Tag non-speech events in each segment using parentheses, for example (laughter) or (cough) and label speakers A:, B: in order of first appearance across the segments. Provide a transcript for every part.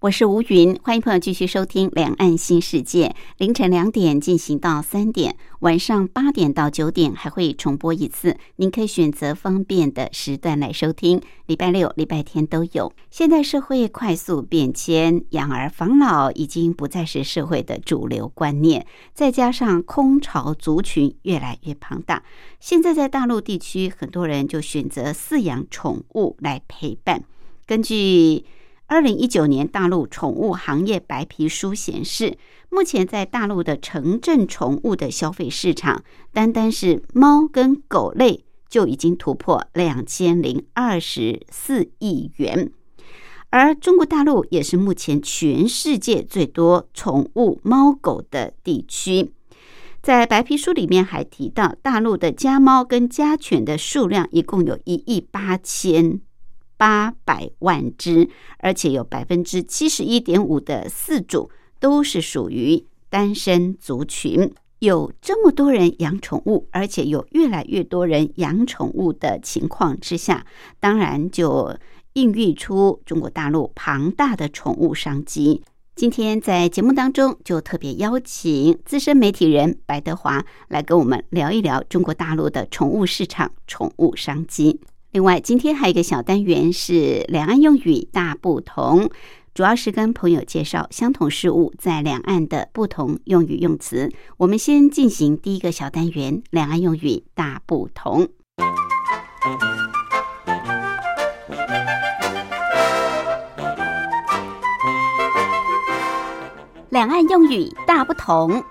A: 我是吴云，欢迎朋友继续收听《两岸新世界》。凌晨两点进行到三点，晚上八点到九点还会重播一次，您可以选择方便的时段来收听。礼拜六、礼拜天都有。现代社会快速变迁，养儿防老已经不再是社会的主流观念，再加上空巢族群越来越庞大，现在在大陆地区，很多人就选择饲养宠物来陪伴。根据二零一九年大陆宠物行业白皮书显示，目前在大陆的城镇宠物的消费市场，单单是猫跟狗类就已经突破两千零二十四亿元，而中国大陆也是目前全世界最多宠物猫狗的地区。在白皮书里面还提到，大陆的家猫跟家犬的数量一共有一亿八千八百万只，而且有百分之七十一点五的饲主都是属于单身族群。有这么多人养宠物，而且有越来越多人养宠物的情况之下，当然就孕育出中国大陆庞大的宠物商机。今天在节目当中，就特别邀请资深媒体人白德华来跟我们聊一聊中国大陆的宠物市场、宠物商机。另外，今天还有一个小单元是两岸用语大不同，主要是跟朋友介绍相同事物在两岸的不同用语用词。我们先进行第一个小单元：两岸用语大不同。两岸用语大不同。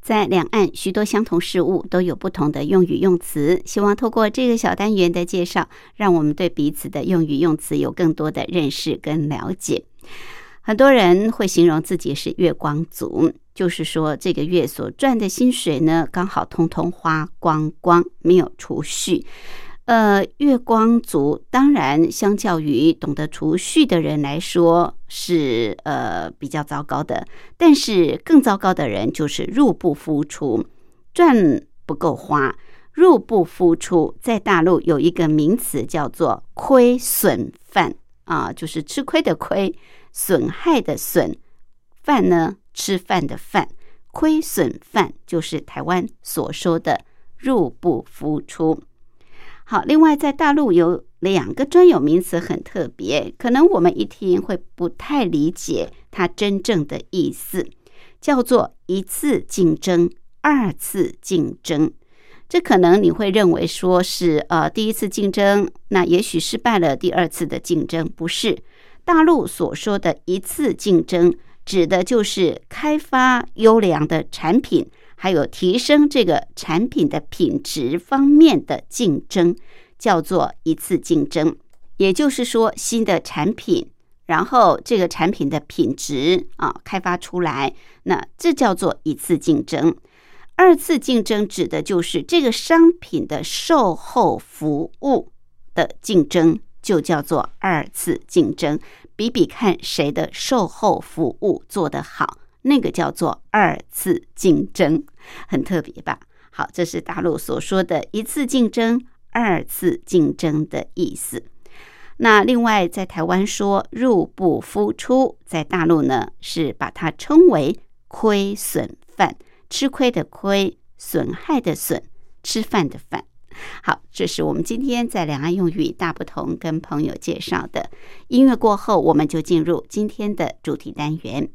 A: 在两岸，许多相同事物都有不同的用语用词。希望透过这个小单元的介绍，让我们对彼此的用语用词有更多的认识跟了解。很多人会形容自己是月光族，就是说这个月所赚的薪水呢，刚好通通花光光，没有储蓄。呃，月光族当然相较于懂得储蓄的人来说是呃比较糟糕的，但是更糟糕的人就是入不敷出，赚不够花，入不敷出，在大陆有一个名词叫做“亏损犯”啊，就是吃亏的亏，损害的损，饭呢吃饭的饭，亏损犯就是台湾所说的入不敷出。好，另外在大陆有两个专有名词很特别，可能我们一听会不太理解它真正的意思，叫做一次竞争、二次竞争。这可能你会认为说是呃第一次竞争，那也许失败了，第二次的竞争不是。大陆所说的一次竞争，指的就是开发优良的产品。还有提升这个产品的品质方面的竞争，叫做一次竞争。也就是说，新的产品，然后这个产品的品质啊开发出来，那这叫做一次竞争。二次竞争指的就是这个商品的售后服务的竞争，就叫做二次竞争。比比看谁的售后服务做得好。那个叫做二次竞争，很特别吧？好，这是大陆所说的一次竞争、二次竞争的意思。那另外，在台湾说入不敷出，在大陆呢是把它称为亏损饭，吃亏的亏，损害的损，吃饭的饭。好，这是我们今天在两岸用语大不同跟朋友介绍的。音乐过后，我们就进入今天的主题单元。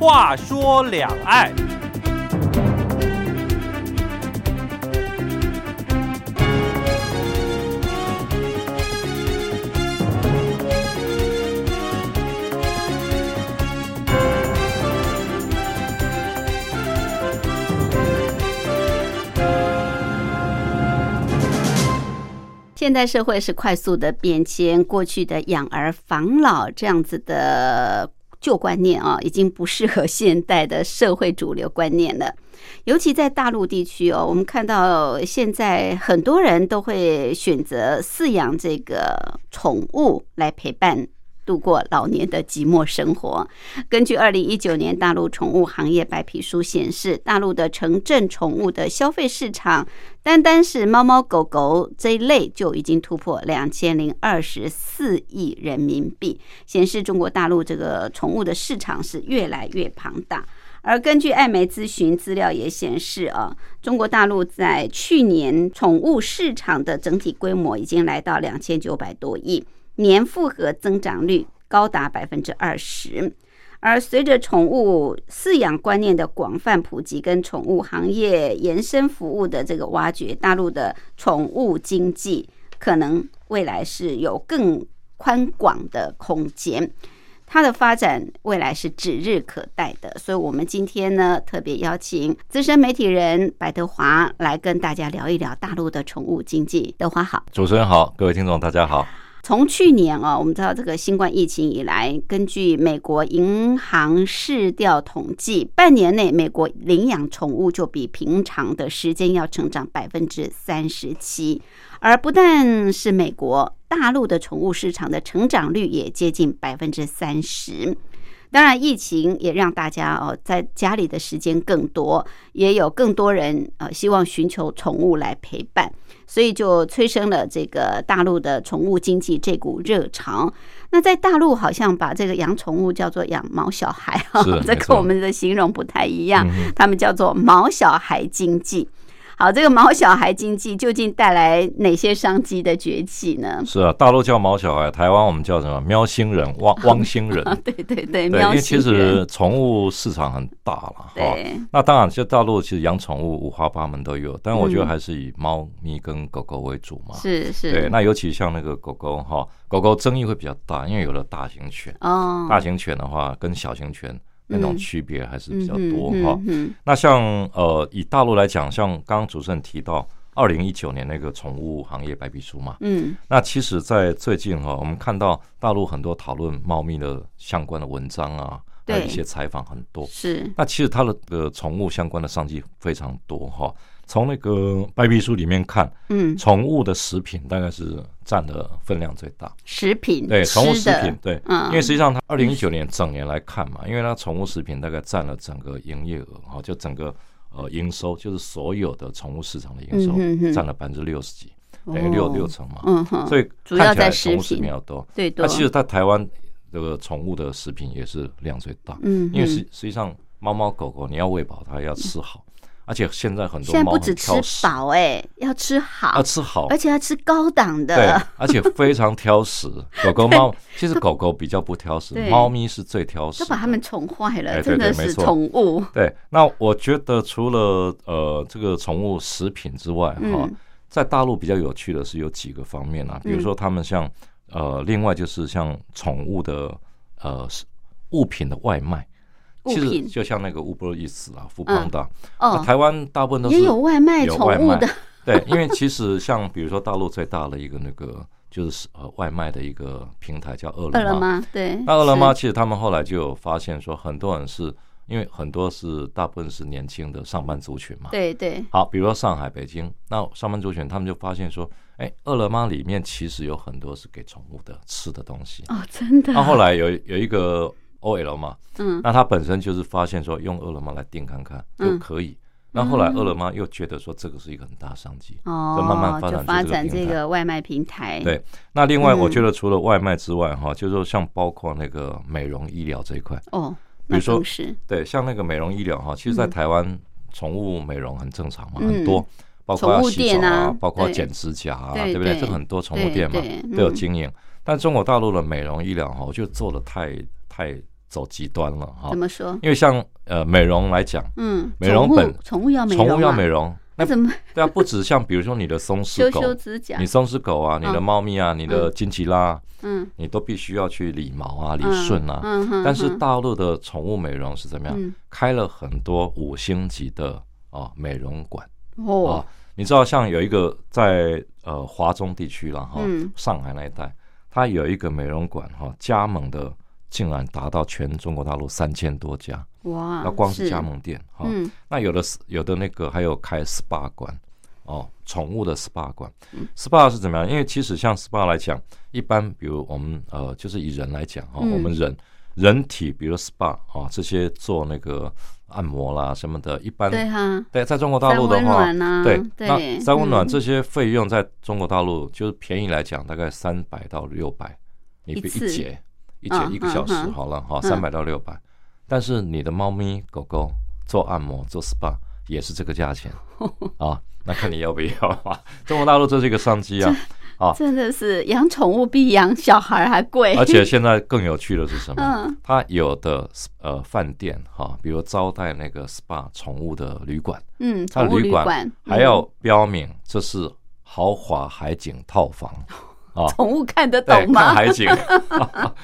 B: 话说两岸。
A: 现代社会是快速的变迁，过去的养儿防老这样子的旧观念啊，已经不适合现代的社会主流观念了。尤其在大陆地区哦，我们看到现在很多人都会选择饲养这个宠物来陪伴。度过老年的寂寞生活。根据二零一九年大陆宠物行业白皮书显示，大陆的城镇宠物的消费市场，单单是猫猫狗狗这一类就已经突破两千零二十四亿人民币，显示中国大陆这个宠物的市场是越来越庞大。而根据艾媒咨询资料也显示啊，中国大陆在去年宠物市场的整体规模已经来到两千九百多亿。年复合增长率高达百分之二十，而随着宠物饲养观念的广泛普及，跟宠物行业延伸服务的这个挖掘，大陆的宠物经济可能未来是有更宽广的空间，它的发展未来是指日可待的。所以，我们今天呢，特别邀请资深媒体人白德华来跟大家聊一聊大陆的宠物经济。德华好。
C: 主持人好，各位听众大家好。
A: 从去年啊，我们知道这个新冠疫情以来，根据美国银行市调统计，半年内美国领养宠物就比平常的时间要成长百分之三十七，而不但是美国，大陆的宠物市场的成长率也接近百分之三十。当然，疫情也让大家哦，在家里的时间更多，也有更多人呃希望寻求宠物来陪伴，所以就催生了这个大陆的宠物经济这股热潮。那在大陆好像把这个养宠物叫做养毛小孩啊、
C: 是
A: 哦，这跟
C: 没错
A: 我们的形容不太一样
C: 嗯，哼
A: 他们叫做毛小孩经济。好，这个毛小孩经济究竟带来哪些商机的崛起呢？ (laughs)
C: 是啊，大陆叫毛小孩，台湾我们叫什么？喵星人、
A: (laughs)
C: 汪汪星人。
A: 啊，对对对，
C: 对，
A: 喵
C: 因为
A: 星
C: 其
A: 人，
C: 实哦宠物市场很大了哈。
A: 对，
C: 那当然，就大陆其实养宠物五花八门都有，但我觉得还是以猫咪跟狗狗为主嘛。
A: 是是，
C: 对，那尤其像那个狗狗哈，狗狗争议会比较大，因为有了大型犬，
A: 哦，
C: 大型犬的话跟小型犬那种
A: 嗯
C: 区别还是
A: 嗯
C: 比较
A: 哼
C: 多
A: 嗯
C: 哈。
A: 哼
C: 那像呃，以大陆来讲，像刚刚主持人提到二零一九年那个宠物行业白皮书嘛，
A: 嗯，
C: 那其实，在最近哈、我们看到大陆很多讨论猫咪的相关的文章啊，
A: 对
C: 还有一些采访很多。
A: 是，
C: 那其实它的呃宠物相关的商机非常多哈、从那个白皮书里面看，
A: 嗯，
C: 宠物的食品大概是占的分量最大。
A: 食品，
C: 对，
A: 嗯吃
C: 宠物食
A: 的
C: 品，对，
A: 嗯
C: 因为实际上它二零一九年整年来看嘛，因为它宠物食品大概占了整个营业额哈，就整个呃营收，就是所有的宠物市场的营
A: 嗯哼哼
C: 收占了百分之六十几，等于六
A: 哦
C: 六成嘛。
A: 嗯哼，
C: 所以
A: 主要
C: 看起
A: 在
C: 来
A: 食
C: 宠物食
A: 品
C: 品要多。
A: 对
C: 那
A: 多，
C: 其实在台湾这个宠物的食品也是量最大，
A: 嗯哼，
C: 因为实实际上猫猫狗狗你要喂饱它要吃好，而且现在很
A: 嗯
C: 多
A: 现在
C: 猫
A: 不
C: 很
A: 止吃
C: 挑食，
A: 饱，哎，要吃好
C: 要，吃好
A: 而。且要吃高档
C: 对
A: 的，，
C: 而且非常
A: (laughs)
C: 挑食。狗狗、猫，其实狗狗比较不挑食
A: 对，
C: 猫咪是最挑食
A: 都
C: 的。
A: 把它们宠坏了，
C: 哎
A: 真
C: 对
A: 的
C: 对没
A: 是
C: 错
A: 宠物，
C: 对，那我觉得除了呃这个宠物食品之外，哈、
A: 嗯
C: 在大陆比较有趣的是有几个方面啊，比如说他们像呃，另外就是像宠物的呃是物品的外卖，
A: 物
C: 其实
A: 品
C: 就像那个 Uber Eats 啊、富邦达，那
A: 哦，
C: 台湾大部分啊都是
A: 也有外卖
C: 有
A: 宠
C: 外
A: 物
C: 卖
A: 的，
C: 对，因为其实像比如说大陆最大的一个那个就是呃外卖的一个平台叫啊饿
A: 饿
C: 了
A: 了
C: 么，
A: 吗？ (laughs) 对，
C: 那饿了
A: 是
C: 么，其实他们后来就有发现说，很多人是因为很多是大部分是年轻的上班族群嘛。
A: 对对，
C: 好，比如说上海、北京，那上班族群他们就发现说，哎，饿了么里面其实有很多是给宠物的吃的东
A: (laughs)
C: 西。
A: 哦，真的
C: 那，后来有有一个 OL 嘛，
A: 嗯，
C: 那他本身就是发现说用饿了么来订看看
A: 嗯
C: 就可以。那后来饿了么又觉得说这个是一个很大商机。
A: 哦，
C: 就慢慢发
A: 就
C: 展
A: 发
C: 出这个
A: 展
C: 平
A: 这
C: 台
A: 个外卖平台，
C: 对那另外，我
A: 嗯
C: 觉得除了外卖之外，哈，就是说像包括那个美容医疗这一块，
A: 哦，
C: 比
A: 那
C: 如说
A: 更是，
C: 对，像那个美容医疗哈，其实，在台湾宠物美容很正常嘛，
A: 嗯
C: 很多，包括
A: 宠
C: 要
A: 物
C: 洗手
A: 店啊
C: 啊，包括
A: 对
C: 剪指甲啊，
A: 对
C: 对不对？
A: 对
C: 这个很多宠物
A: 对
C: 店嘛
A: 对
C: 都有
A: 嗯
C: 经营。但中国大陆的美容医疗哈，我觉得做的太太走极端了哈
A: 怎。么说？
C: 因为像呃美容来讲，
A: 嗯，
C: 美容
A: 宠物
C: 本
A: 宠物要美容、
C: 宠
A: 啊，
C: 物要美容，
A: 那
C: 那
A: 怎么
C: 对啊，不止像比如说你
A: (laughs)
C: 的松
A: 修
C: 狮狗，
A: 修指甲
C: 你？松狮狗啊，你的猫咪啊，你的金吉拉啊，
A: 嗯，
C: 你都必须要去理毛啊、理
A: 嗯
C: 顺啊。
A: 嗯哼
C: 但是大陆的宠物美容是怎么样？
A: 嗯
C: 开了很多五星级的啊美容馆啊
A: 哦，。
C: 你知道，像有一个在呃华中地区啦，哈、
A: 嗯
C: 上海那一带，它有一个美容馆哈，加盟的竟然达到全中国大陆三千多家，
A: 哇，
C: 那光是加盟啊店哈。
A: 嗯
C: 那有的是有的那个还有开 SPA 馆哦，宠物的 SPA 馆。SPA
A: 嗯
C: 是怎么样？因为其实像 SPA 来讲，一般比如我们呃，就是以人来讲哈、哦
A: 嗯
C: 我们人人体，比如 SPA 啊、哦、这些做那个按摩啦什么的，一般
A: 对哈，
C: 对在中国大陆的
A: 三温
C: 话。
A: 暖啊，
C: 对，
A: 对，
C: 那三温暖
A: 嗯
C: 这些费用在中国大陆就是便宜来讲，大概三百到六百，你
A: 一
C: 比
A: 次
C: 一节一节
A: 嗯
C: 一个小时
A: 嗯嗯
C: 好了哈，
A: 嗯
C: 三百到六百。但是你的猫咪狗狗做按摩做 SPA 也是这个
A: (laughs)
C: 价钱啊，那看你要不要啊。 (laughs) 中国大陆这是一个商机啊，
A: 真的是养宠物比养小孩还贵，
C: (laughs) 而且现在更有趣的是什么
A: 嗯？
C: 它有的呃饭店哈，比如招待那个 SPA 宠物的旅馆，
A: 嗯，
C: 它
A: 宠物
C: 旅
A: 旅
C: 馆
A: 馆
C: 还要标明这是豪华海景套房。
A: 嗯宠物看得
C: (laughs) 对，
A: 懂吗
C: 看？海
A: (laughs)
C: 景。啊，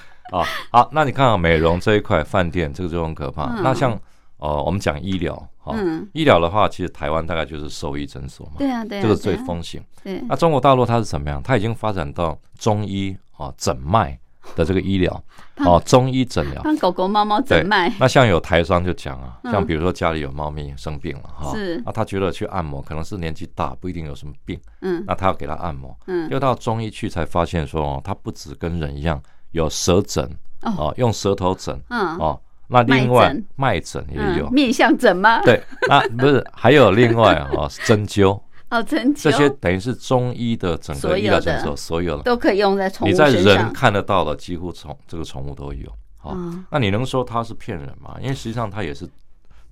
C: 好，那你看啊，美容这一块饭店，这个就很可怕。
A: 嗯
C: 那像呃，我们讲医疗，哈、
A: 嗯，
C: 医疗的话，其实台湾大概就是兽医诊所嘛，
A: 对啊，对啊，
C: 这个最
A: 对啊
C: 风行。
A: 对，
C: 那中国大陆它是怎么样？它已经发展到中医啊诊脉的这个医疗，
A: (laughs) 嗯
C: 哦、中医诊疗。
A: 帮狗狗、猫猫
C: 对
A: 诊脉，
C: 那像有台商就讲啊，
A: 嗯
C: 像比如说家里有猫咪生病了哈，
A: 是
C: 那他觉得去按摩可能是年纪大不一定有什么病，
A: 嗯
C: 那他要给他按摩，
A: 嗯，
C: 又到中医去才发现说，哦，它不止跟人一样有舌诊
A: 哦
C: 哦，用舌头诊
A: 嗯，
C: 哦，那另
A: 脉
C: 外
A: 诊
C: 脉诊也
A: 嗯
C: 有，
A: 面相诊吗？
C: 对，那不是还有另外哦针灸，
A: 哦，针
C: 这些
A: 灸
C: 等于是中医的整
A: 所
C: 个
A: 有
C: 医疗诊
A: 的
C: 所所有的，
A: 都可以用在宠
C: 你
A: 物
C: 在
A: 身
C: 人
A: 上。
C: 看得到的几乎宠这个宠物都有，哦，
A: 嗯
C: 那你能说它是骗人吗？因为实际上它也是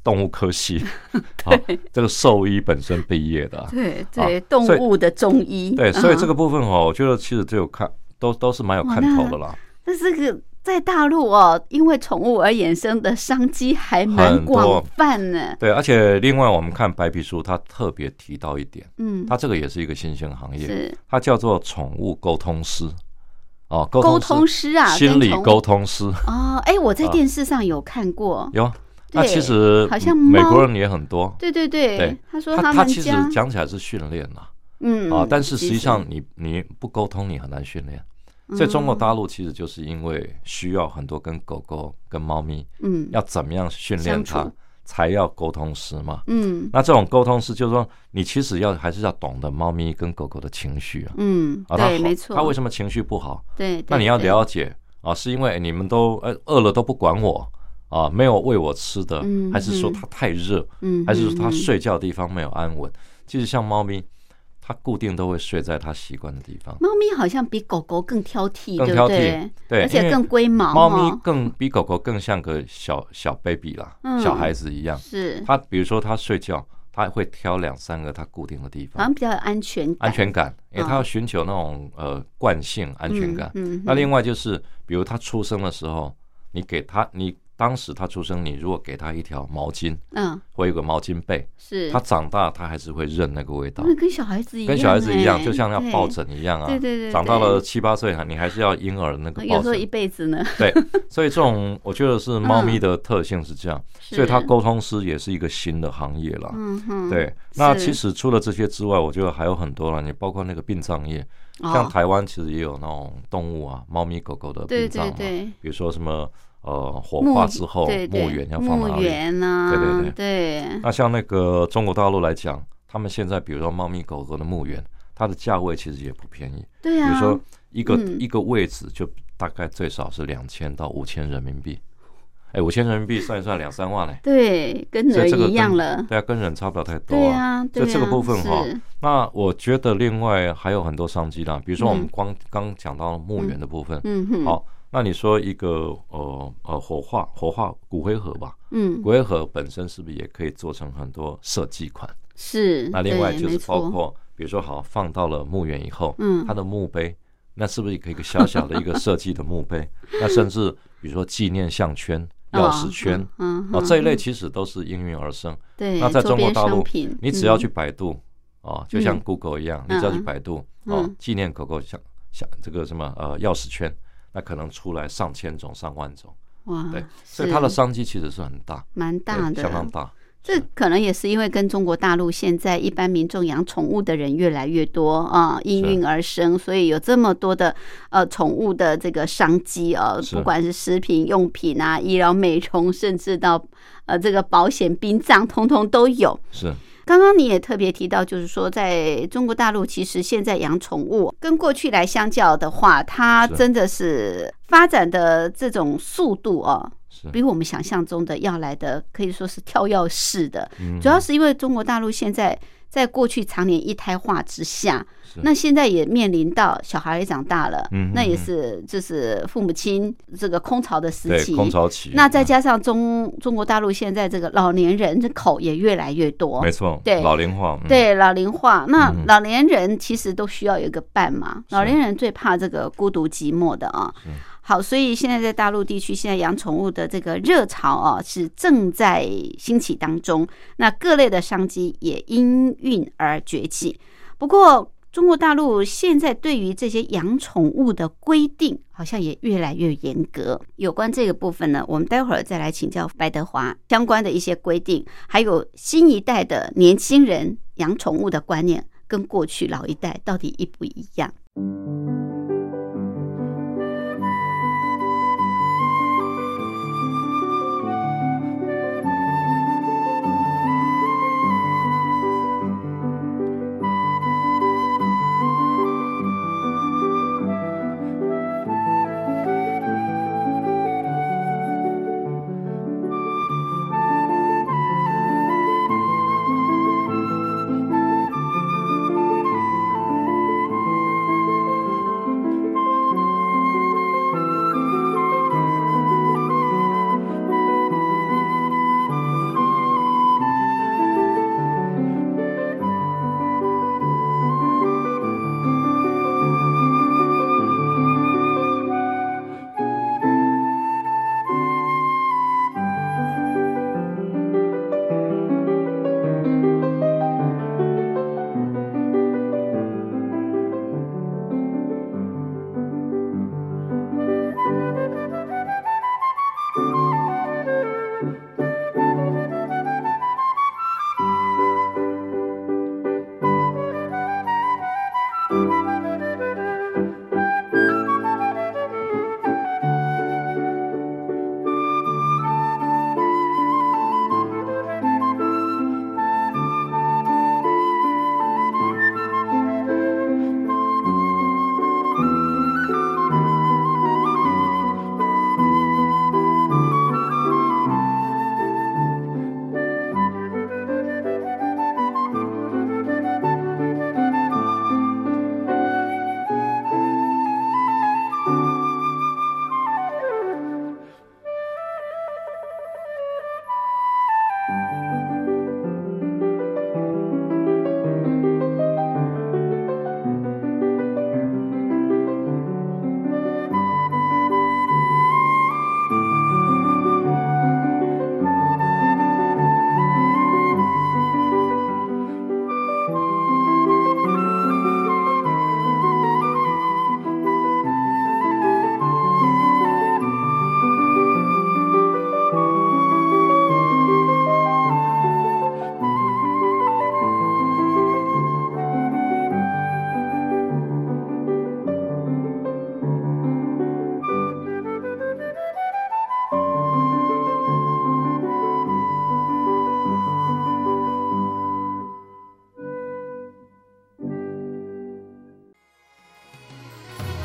C: 动物科系， (laughs) 哦
A: 对
C: 这个兽医本身毕业的啊、
A: 对
C: 啊
A: 对，动
C: 所以
A: 物的中医。
C: (laughs)
A: 啊
C: 对，所以这
A: 个
C: 个部分哦，我觉得其实都有看，都都是蛮有
A: 哇
C: 看头的啦。
A: 哦那这个在大陆哦，因为宠物而衍生的商机还蛮
C: 很多
A: 广泛呢。
C: 对，而且另外我们看白皮书，它特别提到一点，
A: 嗯，
C: 它这个也是一个新兴行业，
A: 是
C: 它叫做宠物沟通师，哦，
A: 沟
C: 沟
A: 通
C: 通师，
A: 师啊，
C: 心
A: 跟
C: 理
A: 宠物
C: 沟通师
A: 哦，哎，我在
C: 啊
A: 电视上有看过。
C: 有啊。那
A: 对
C: 其实
A: 好像
C: 美
A: 猫
C: 国人也很多，
A: 对对对
C: 对，
A: 他说
C: 他
A: 们
C: 其实
A: 家
C: 讲起来是训练啦，
A: 嗯
C: 啊，但是
A: 其嗯
C: 实际上哦你你不沟通，你很难训练。在中国大陆，其实就是因为需要很多跟狗狗、跟猫咪
A: 嗯
C: 要怎么样训练
A: 相
C: 它
A: 处，
C: 才要沟通师嘛。
A: 嗯
C: 那这种沟通是，就是说你其实要还是要懂得猫咪跟狗狗的情绪啊。
A: 嗯，
C: 啊，
A: 对，
C: 它
A: 没错，
C: 它为什么情绪不好？
A: 对，对
C: 那你要
A: 对
C: 了解啊，是因为你们都呃饿了都不管我啊，没有喂我吃的
A: 嗯，
C: 还是说
A: 嗯
C: 它太热，
A: 嗯，
C: 还是说
A: 嗯
C: 它
A: 嗯
C: 睡觉的地方没有安稳？其实像猫咪，它固定都会睡在它习惯的地方，
A: 猫咪好像比狗狗更挑剔，
C: 更
A: 对
C: 挑
A: 不
C: 剔
A: 对？
C: 对，
A: 而
C: 因
A: 且
C: 为
A: 更龟毛。
C: 猫咪
A: 哦
C: 更比狗狗更像个小小 baby 啦，
A: 嗯
C: 小孩子一样。
A: 是
C: 它比如说它睡觉，它会挑两三个它固定的地
A: 好
C: 方
A: 像，比较有安全感，
C: 安全感，因为它要寻求那种呃惯性安全感。
A: 啊
C: 啊
A: 嗯，嗯
C: 那另外就是，比如它出生的时候，你给它，你当时它出生，你如果给它一条毛巾
A: 嗯
C: 或有个毛巾被，
A: 是
C: 它长大它还是会认那个味道，
A: 那跟小孩子一样，
C: 跟小孩子一样，
A: 哎
C: 就像要抱。
A: 对
C: 枕一样啊。
A: 对对对对哦
C: 长到了七八岁，你还是要婴儿那个
A: 有
C: 抱
A: 时候一
C: 枕。
A: 辈子呢，
C: 对，所以这种我觉得是猫咪的特性是这样， (laughs) 所以它
A: 是
C: 沟通师也是一个新的行业啦。
A: 嗯哼，
C: 对，那
A: 是
C: 其实除了这些之外，我觉得还有很多了。你包括那个殡葬业，
A: 哦，
C: 像台湾其实也有那种动物啊，猫咪、狗狗的
A: 对
C: 殡葬
A: 对
C: 嘛，
A: 对，
C: 比如说什么呃火
A: 墓
C: 化之后
A: 对对
C: 墓园要放哪
A: 墓
C: 里？
A: 园啊，
C: 对对
A: 对
C: 那像那个中国大陆来讲，他们现在比如说猫咪、狗狗的墓园，它的价位其实也不便宜，
A: 对
C: 比
A: 啊，
C: 如说一个、
A: 嗯
C: 一个位置就大概最少是两千到五千人民币，哎，五千人民币算一算两三万嘞、
A: 对，跟
C: 所以这
A: 人
C: 个
A: 一样
C: 跟
A: 了，
C: 对啊，跟人差不了太多
A: 对啊，对
C: 所以这个
A: 啊
C: 部分哈
A: 是
C: 那我觉得另外还有很多商机啦，比如说我们
A: 嗯
C: 光刚讲到墓园的部分，
A: 嗯哼，
C: 好，那你说一个呃呃火化火化骨灰盒吧，
A: 嗯
C: 骨，灰盒本身是不是也可以做成很多设计款？
A: 是，
C: 那另外
A: 嗯对
C: 就
A: 没
C: 是包
A: 错
C: 括比如说好放到了墓园以后，
A: 嗯
C: 它的墓碑那是不是一个一个小小的一个设计的墓
A: (laughs)
C: 碑？那甚至比如说纪念项圈、钥匙圈
A: 哦嗯
C: 啊、
A: 嗯
C: 这一类，其实都是应运而生。
A: 对，
C: 那在中国大
A: 周边商
C: 陆
A: 品，
C: 你只
A: 嗯
C: 要去百度哦，就像 Google 一样，你只要去百度哦
A: 嗯，
C: 纪念狗狗像像这个什么呃钥匙圈，那可能出来上千种、上万种，
A: 哇，
C: 对，所
A: 是
C: 以它的商机其实是很大，
A: 蛮大
C: 对
A: 的，
C: 相当大。
A: 这可能也是因为跟中国大陆现在一般民众养宠物的人越来越多啊，应运而生，所以有这么多的呃宠物的这个商机啊，
C: 是
A: 不管是食品用品啊、医疗美容，甚至到呃这个保险、殡葬，通通都有。
C: 是
A: 刚刚你也特别提到，就是说，在中国大陆，其实现在养宠物跟过去来相较的话，它
C: 是
A: 真的是发展的这种速度哦，
C: 是，
A: 比我们想象中的要来的，可以说是跳跃式的。
C: 嗯
A: 主要是因为中国大陆现在在过去常年一胎化之下，
C: 是
A: 那现在也面临到小孩也长大了，
C: 嗯哼
A: 那也
C: 嗯哼
A: 是就是父母亲这个空巢的时
C: 对
A: 期。
C: 空巢期。
A: 那再加上中中国大陆现在这个老年人人口也越来越多，
C: 嗯没错，
A: 对
C: 老龄化，嗯，
A: 对老龄化，那
C: 嗯
A: 老年人其实都需要有一个伴嘛。
C: 是
A: 老年人最怕这个孤独寂寞的啊
C: 是。
A: 好，所以现在在大陆地区，现在养宠物的这个热潮啊，是正在兴起当中。那各类的商机也因运而崛起。不过，中国大陆现在对于这些养宠物的规定，好像也越来越严格。有关这个部分呢，我们待会儿再来请教白德华相关的一些规定，还有新一代的年轻人养宠物的观念跟过去老一代到底一不一样。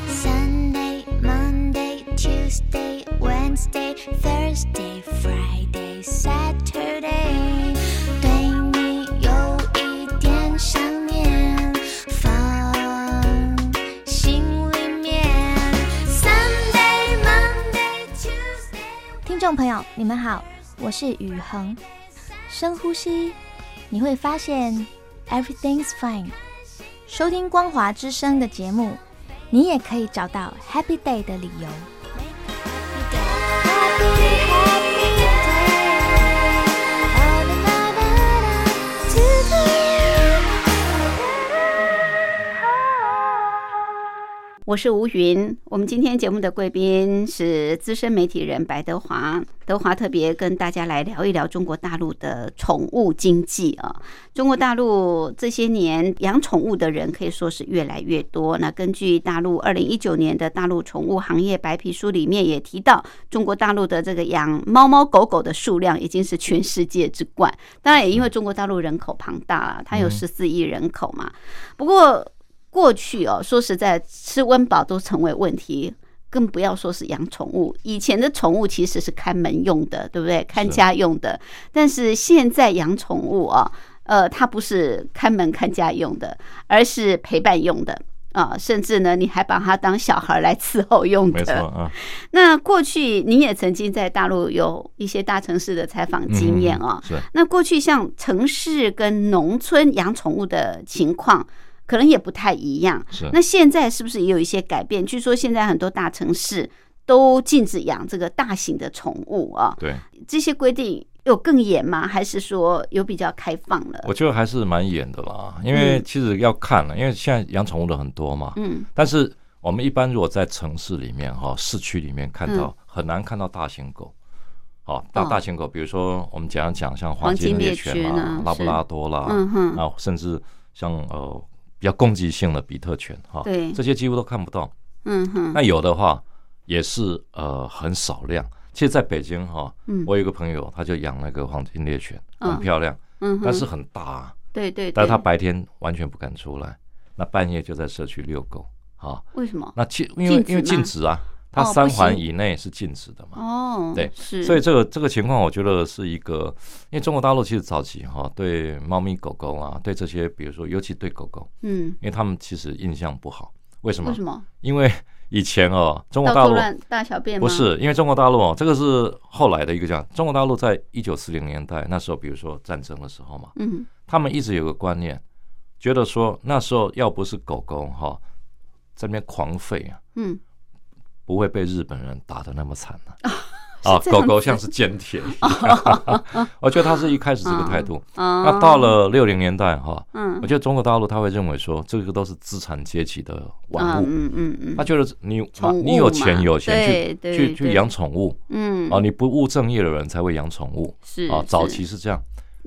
D: Sunday, Monday, Tuesday, Wednesday, Thursday, Friday, Saturday。对你有一点想念，放心里面。Sunday, Monday, Tuesday。
E: 听众朋友，你们好，我是雨恒。深呼吸，你会发现 everything's fine。收听光华之声的节目，你也可以找到 Happy Day 的理由。
A: 我是吴云。我们今天节目的贵宾是资深媒体人白德华。德华特别跟大家来聊一聊中国大陆的宠物经济啊。中国大陆这些年养宠物的人可以说是越来越多。那根据大陆二零一九年的大陆宠物行业白皮书里面也提到，中国大陆的这个养猫猫狗狗的数量已经是全世界之冠。当然也因为中国大陆人口庞大了，它有十四亿人口嘛。不过过去哦，说实在，吃温饱都成为问题，更不要说是养宠物。以前的宠物其实是看门用的，对不对？看家用的，但是现在养宠物啊、呃，它不是看门看家用的，而是陪伴用的啊、甚至呢，你还把它当小孩来伺候用
C: 没错
A: 的。
C: 啊，
A: 那过去你也曾经在大陆有一些大城市的采访经验啊、
C: 嗯是
A: 那过去像城市跟农村养宠物的情况，可能也不太一样。
C: 是
A: 那现在是不是也有一些改变？据说现在很多大城市都禁止养这个大型的宠物啊，
C: 对，
A: 这些规定有更严吗？还是说有比较开放了？
C: 我觉得还是蛮严的啦，因为
A: 嗯
C: 其实要看了，因为现在养宠物的很多嘛，
A: 嗯
C: 但是我们一般如果在城市里面哈、市区里面看到，很难看到大型狗。好、大
A: 嗯哦
C: 大型狗，比如说我们讲讲像
A: 黄
C: 黄
A: 金
C: 金
A: 猎
C: 猎犬
A: 犬
C: 啦
A: 啊、
C: 拉布
A: 是
C: 拉多啦，
A: 嗯哼，
C: 啊，甚至像呃比较攻击性的比特犬哈，
A: 对
C: 这些几乎都看不到。
A: 嗯哼，
C: 那有的话也是呃很少量。其实，在北京哈，
A: 嗯
C: 我有一个朋友，他就养那个黄金猎犬，
A: 嗯
C: 很漂亮，
A: 嗯哼，
C: 但是很大啊，
A: 对对对，
C: 但是他白天完全不敢出来，那半夜就在社区遛狗啊。
A: 为什么？
C: 那禁因
A: 禁
C: 为
A: 止吗
C: 因为禁止啊，它
A: 哦
C: 三
A: 不行
C: 环以内是禁止的嘛。
A: 哦，
C: 对
A: 是，
C: 所以这个这个情况，我觉得是一个，因为中国大陆其实早期哈、对猫咪、狗狗啊，对这些，比如说尤其对狗狗，
A: 嗯，
C: 因为他们其实印象不好。为什么？
A: 为什么
C: 因为以前哦，中国大
A: 到处
C: 陆
A: 乱大小便吗？
C: 不，是，因为中国大陆哦，这个是后来的一个讲，中国大陆在一九四零年代那时候，比如说战争的时候嘛，
A: 嗯
C: 他们一直有个观念，觉得说那时候要不是狗狗哈、在那边狂吠啊，
A: 嗯，
C: 不会被日本人打得那么惨呢、
A: 是
C: 啊。
A: 这样
C: 狗狗
A: 子
C: 像是坚铁一样， (laughs) 我觉得他是一开始这个态度。
A: 啊
C: 那到，了六零年代哈，
A: 嗯
C: 我，觉得中国大陆他会认为说这个都是资产阶级的玩
A: 啊
C: 物，
A: 嗯嗯嗯，
C: 他觉得你
A: 宠物
C: 你有
A: 嘛
C: 钱有钱
A: 对
C: 去
A: 对
C: 去
A: 对
C: 去养宠物
A: 嗯，
C: 啊，你不务正业的人才会养宠物
A: 是
C: 啊，早
A: 是
C: 期是这样，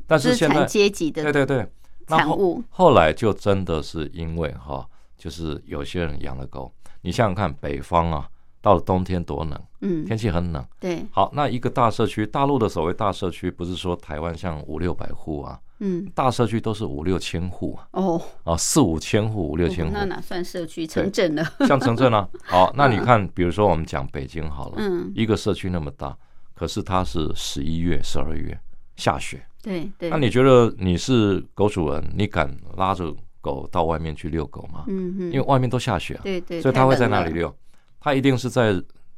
C: 但是
A: 资
C: 现在
A: 产阶级
C: 对
A: 的
C: 对对，那
A: 产
C: 后
A: 物，
C: 后来就真的是因为哈，就是有些人养了狗，你想想看，北方啊，到了冬天多冷，
A: 嗯，
C: 天气很冷。
A: 对，
C: 好，那一个大社区，大陆的所谓大社区，不是说台湾像五六百户啊，
A: 嗯，
C: 大社区都是五六千户啊，
A: 哦，
C: 啊四五千户、五六千
A: 哦那
C: 户，
A: 哪算社区城镇了？
C: (laughs) 像城镇啊。
A: (laughs)
C: 好，那你看，比如说我们讲北京好了，
A: 嗯，
C: 一个社区那么大，可是它是十一月、十二月下雪，
A: 对对。
C: 那你觉得你是狗主人，你敢拉着狗到外面去遛狗吗？
A: 嗯嗯，
C: 因为外面都下雪啊，
A: 对对，
C: 所以
A: 太
C: 它会
A: 冷
C: 在那
A: 了
C: 里？遛，它一定是在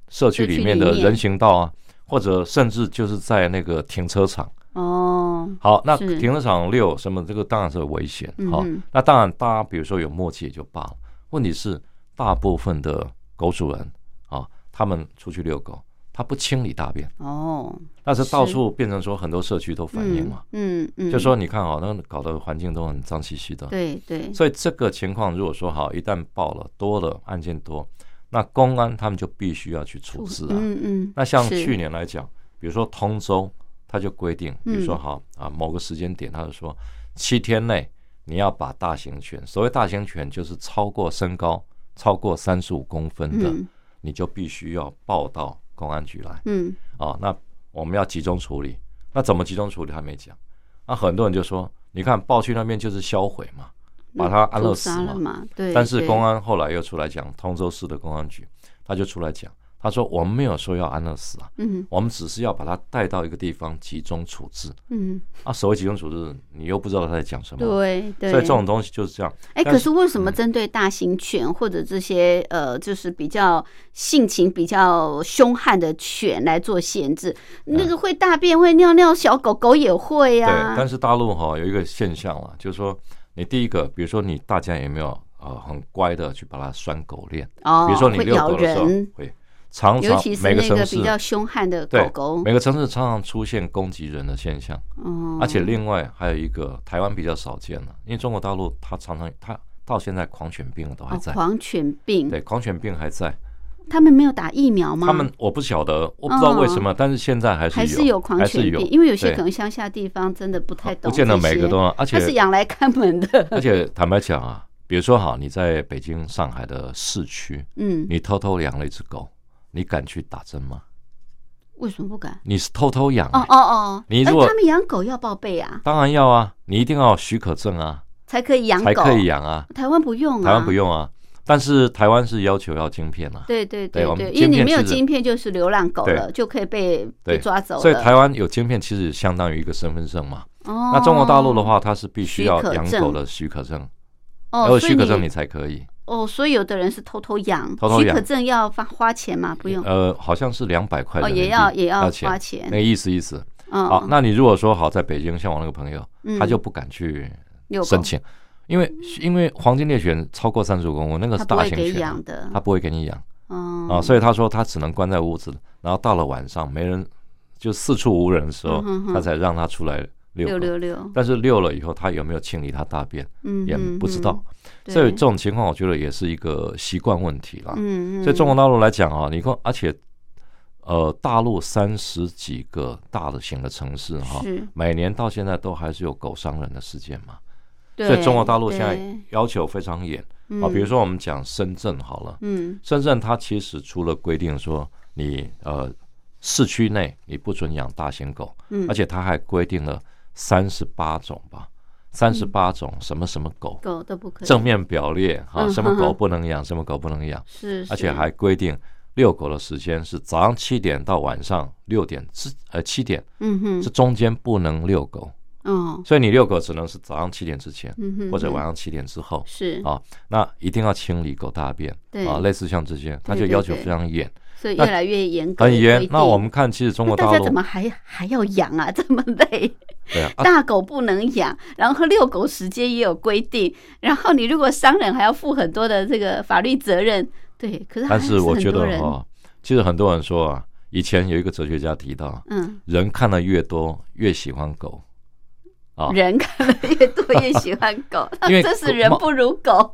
C: 社区
A: 社区
C: 里面
A: 里
C: 的
A: 面
C: 人行道啊，或者甚至就是在那个停车场。
A: 哦，
C: 好，那
A: 是
C: 停车场遛什么？这个当然是危险。好
A: 嗯哼，
C: 那当然，大家比如说有默契也就罢了。问题是，大部分的狗主人啊，他们出去遛狗，他不清理大便，
A: 哦，
C: 但是到
A: 是
C: 处变成说很多社区都反映
A: 嗯
C: 嘛，
A: 嗯嗯，
C: 就说你看哦，那搞得环境都很脏兮兮的。
A: 对对，
C: 所以这个情况如果说好，一旦报了多了案件多，那公安他们就必须要去处置啊。
A: 嗯嗯，
C: 那像
A: 是
C: 去年来讲，比如说通州，他就规定，比如说
A: 嗯
C: 好啊，某个时间点，他就说七天内你要把大型犬，所谓大型犬就是超过身高超过三十五公分的，
A: 嗯
C: 你就必须要报到公安局来
A: 嗯
C: 啊。那我们要集中处理，那怎么集中处理还没讲。那很多人就说，你看报去那边就是销毁嘛，把它安乐
A: 嗯屠
C: 死
A: 杀
C: 嘛
A: 了。嘛，对，
C: 但是公
A: 安
C: 安后来又出来讲，通州市的公安局他就出来讲，他说我们没有说要安乐死啊，
A: 嗯
C: 我们只是要把它带到一个地方集中处置。
A: 嗯，
C: 啊，所谓集中处置，你又不知道他在讲什么，
A: 对对，
C: 啊所以这种东西就是这样。
A: 哎，
C: 但
A: 可
C: 是嗯
A: 是为什么针对大型犬或者这些呃，就是比较性情比较凶悍的犬来做限制？那个会大便、会尿尿，小狗狗也会
C: 嗯
A: 啊
C: 对，
A: 呀、
C: 但是大陆哈、有一个现象啊，就是说你第一个，比如说你大家有没有呃很乖的去把它拴狗链，
A: 哦，
C: 比如说你
A: 会
C: 遛
A: 咬
C: 狗的时候
A: 人，
C: 会常
A: 尤
C: 常
A: 其是
C: 每
A: 那
C: 城
A: 个
C: 市
A: 比较凶悍的狗
C: 对
A: 狗，
C: 每个城市常常出现攻击人的现象，
A: 嗯，
C: 而且另外还有一个台湾比较少见了，因为中国大陆它常常它到现在狂犬病都还
A: 哦
C: 在，
A: 狂犬病，
C: 对，狂犬病还在。
A: 他们没有打疫苗吗？嗯
C: 他们我不晓得，我不知道为什么，但是现在还是
A: 还是有狂
C: 还
A: 犬
C: 是有
A: 病，，因为有些
C: 对
A: 可能乡下地方真的不太懂这些，
C: 不见得每个都要，而
A: 他是
C: 且
A: 养来看门的，
C: 而且坦白讲啊，比如说哈，你在北京、上海的市区，
A: 嗯，
C: 你偷偷养了一只狗，你敢去打针吗？
A: 为什么不敢？
C: 你是偷偷养、
A: 哦哦哦，
C: 你
A: 哎
C: 如果
A: 他们养狗要报备啊，
C: 当然要啊，你一定要有许可证啊，
A: 才可以养
C: 才
A: 狗，
C: 可以养啊，
A: 台湾不用啊，
C: 台湾不。用啊，但是台湾是要求要晶片啊，
A: 对对
C: 对我们
A: 对，因为
C: 晶
A: 你
C: 片
A: 没有
C: 是
A: 晶片就是流浪狗
C: 对
A: 了，就可以被被
C: 对，
A: 抓走了。
C: 所以台湾有晶片其实相当于一个身份证嘛。
A: 哦，
C: 那中国大陆的话，它是必须要
A: 许可
C: 养
A: 证
C: 狗的许可证，
A: 哦，
C: 要有许可证
A: 所以
C: 你才可以。
A: 哦，所以有的人是偷偷养，
C: 偷偷
A: 许
C: 养
A: 可证要花花钱吗？不用，
C: 呃，好像是两百块
A: 嗯哦，
C: 人民
A: 也
C: 币
A: 要也要花
C: 钱，
A: 钱
C: 那。个意思意思。
A: 嗯，
C: 好，那你如果说好在北京，像我那个朋友，
A: 嗯
C: 他就不敢去
A: 遛狗
C: 申请，因为因为黄金猎犬超过三十五公分，那个
A: 他
C: 是
A: 不
C: 大
A: 会
C: 型
A: 给
C: 犬啊
A: 养，的，
C: 他不会给你养
A: 嗯
C: 啊，所以他说他只能关在屋子，然后到了晚上没人就四处无人的时候
A: 嗯哼，哼
C: 他才让他出来遛
A: 六
C: 狗。
A: 六六，
C: 但是遛了以后，他有没有清理他大便
A: 嗯，
C: 也
A: 嗯
C: 不知道，，
A: 嗯
C: 所以这，种情况我觉得也是一个习惯问题啦
A: 对。嗯，嗯
C: 所以中国大陆来讲啊，你看，而且呃，大陆三十几个大的型的城市哈、
A: 是，
C: 每年到现在都还是有狗伤人的事件嘛。
A: 对
C: 所以中国大陆现在
A: 对
C: 要求非常严啊，
A: 嗯
C: 比如说我们讲深圳好了，
A: 嗯
C: 深圳它其实除了规定说你呃市区内你不准养大型狗，
A: 嗯，
C: 而且它还规定了三十八种吧，三十八种什么什么狗。
A: 狗都不可以，
C: 正面表列啊，
A: 嗯
C: 什么
A: 哼
C: 狗
A: 哼
C: 不能养，什么狗不能养。
A: 是，
C: 而且
A: 是
C: 还规定遛狗的时间是早上七点到晚上六点之呃七点，
A: 嗯哼
C: 这，中间不能遛狗，
A: 哦，
C: 所以你遛狗只能是早上七点之前
A: 嗯哼，
C: 或者
A: 嗯
C: 晚上七点之后。
A: 是，
C: 啊，那一定要清理狗大便
A: 对
C: 啊，类似像这些，它
A: 对
C: 就
A: 对
C: 要求
A: 对
C: 非常严，
A: 所以
C: 那
A: 越来越严格，
C: 很严。那我们。看，其实中
A: 那
C: 国
A: 大
C: 大
A: 家怎
C: 陆
A: 么还还要养啊？ (laughs) 这么累，
C: 对啊，啊
A: 大狗不能养，然后遛狗时间也有规定，然后你如果伤人还要负很多的这个法律责任。对，可是还
C: 但是我
A: 很
C: 觉
A: 多
C: 得
A: 人
C: 哈，其实很多人说啊，以前有一个哲学家提到，
A: 嗯，
C: 人看的越多，越喜欢狗啊，
A: 人看了越多越喜欢狗，
C: (laughs) 因为
A: 这是
C: 狗
A: 人
C: 猫
A: 不如
C: (laughs)
A: 狗。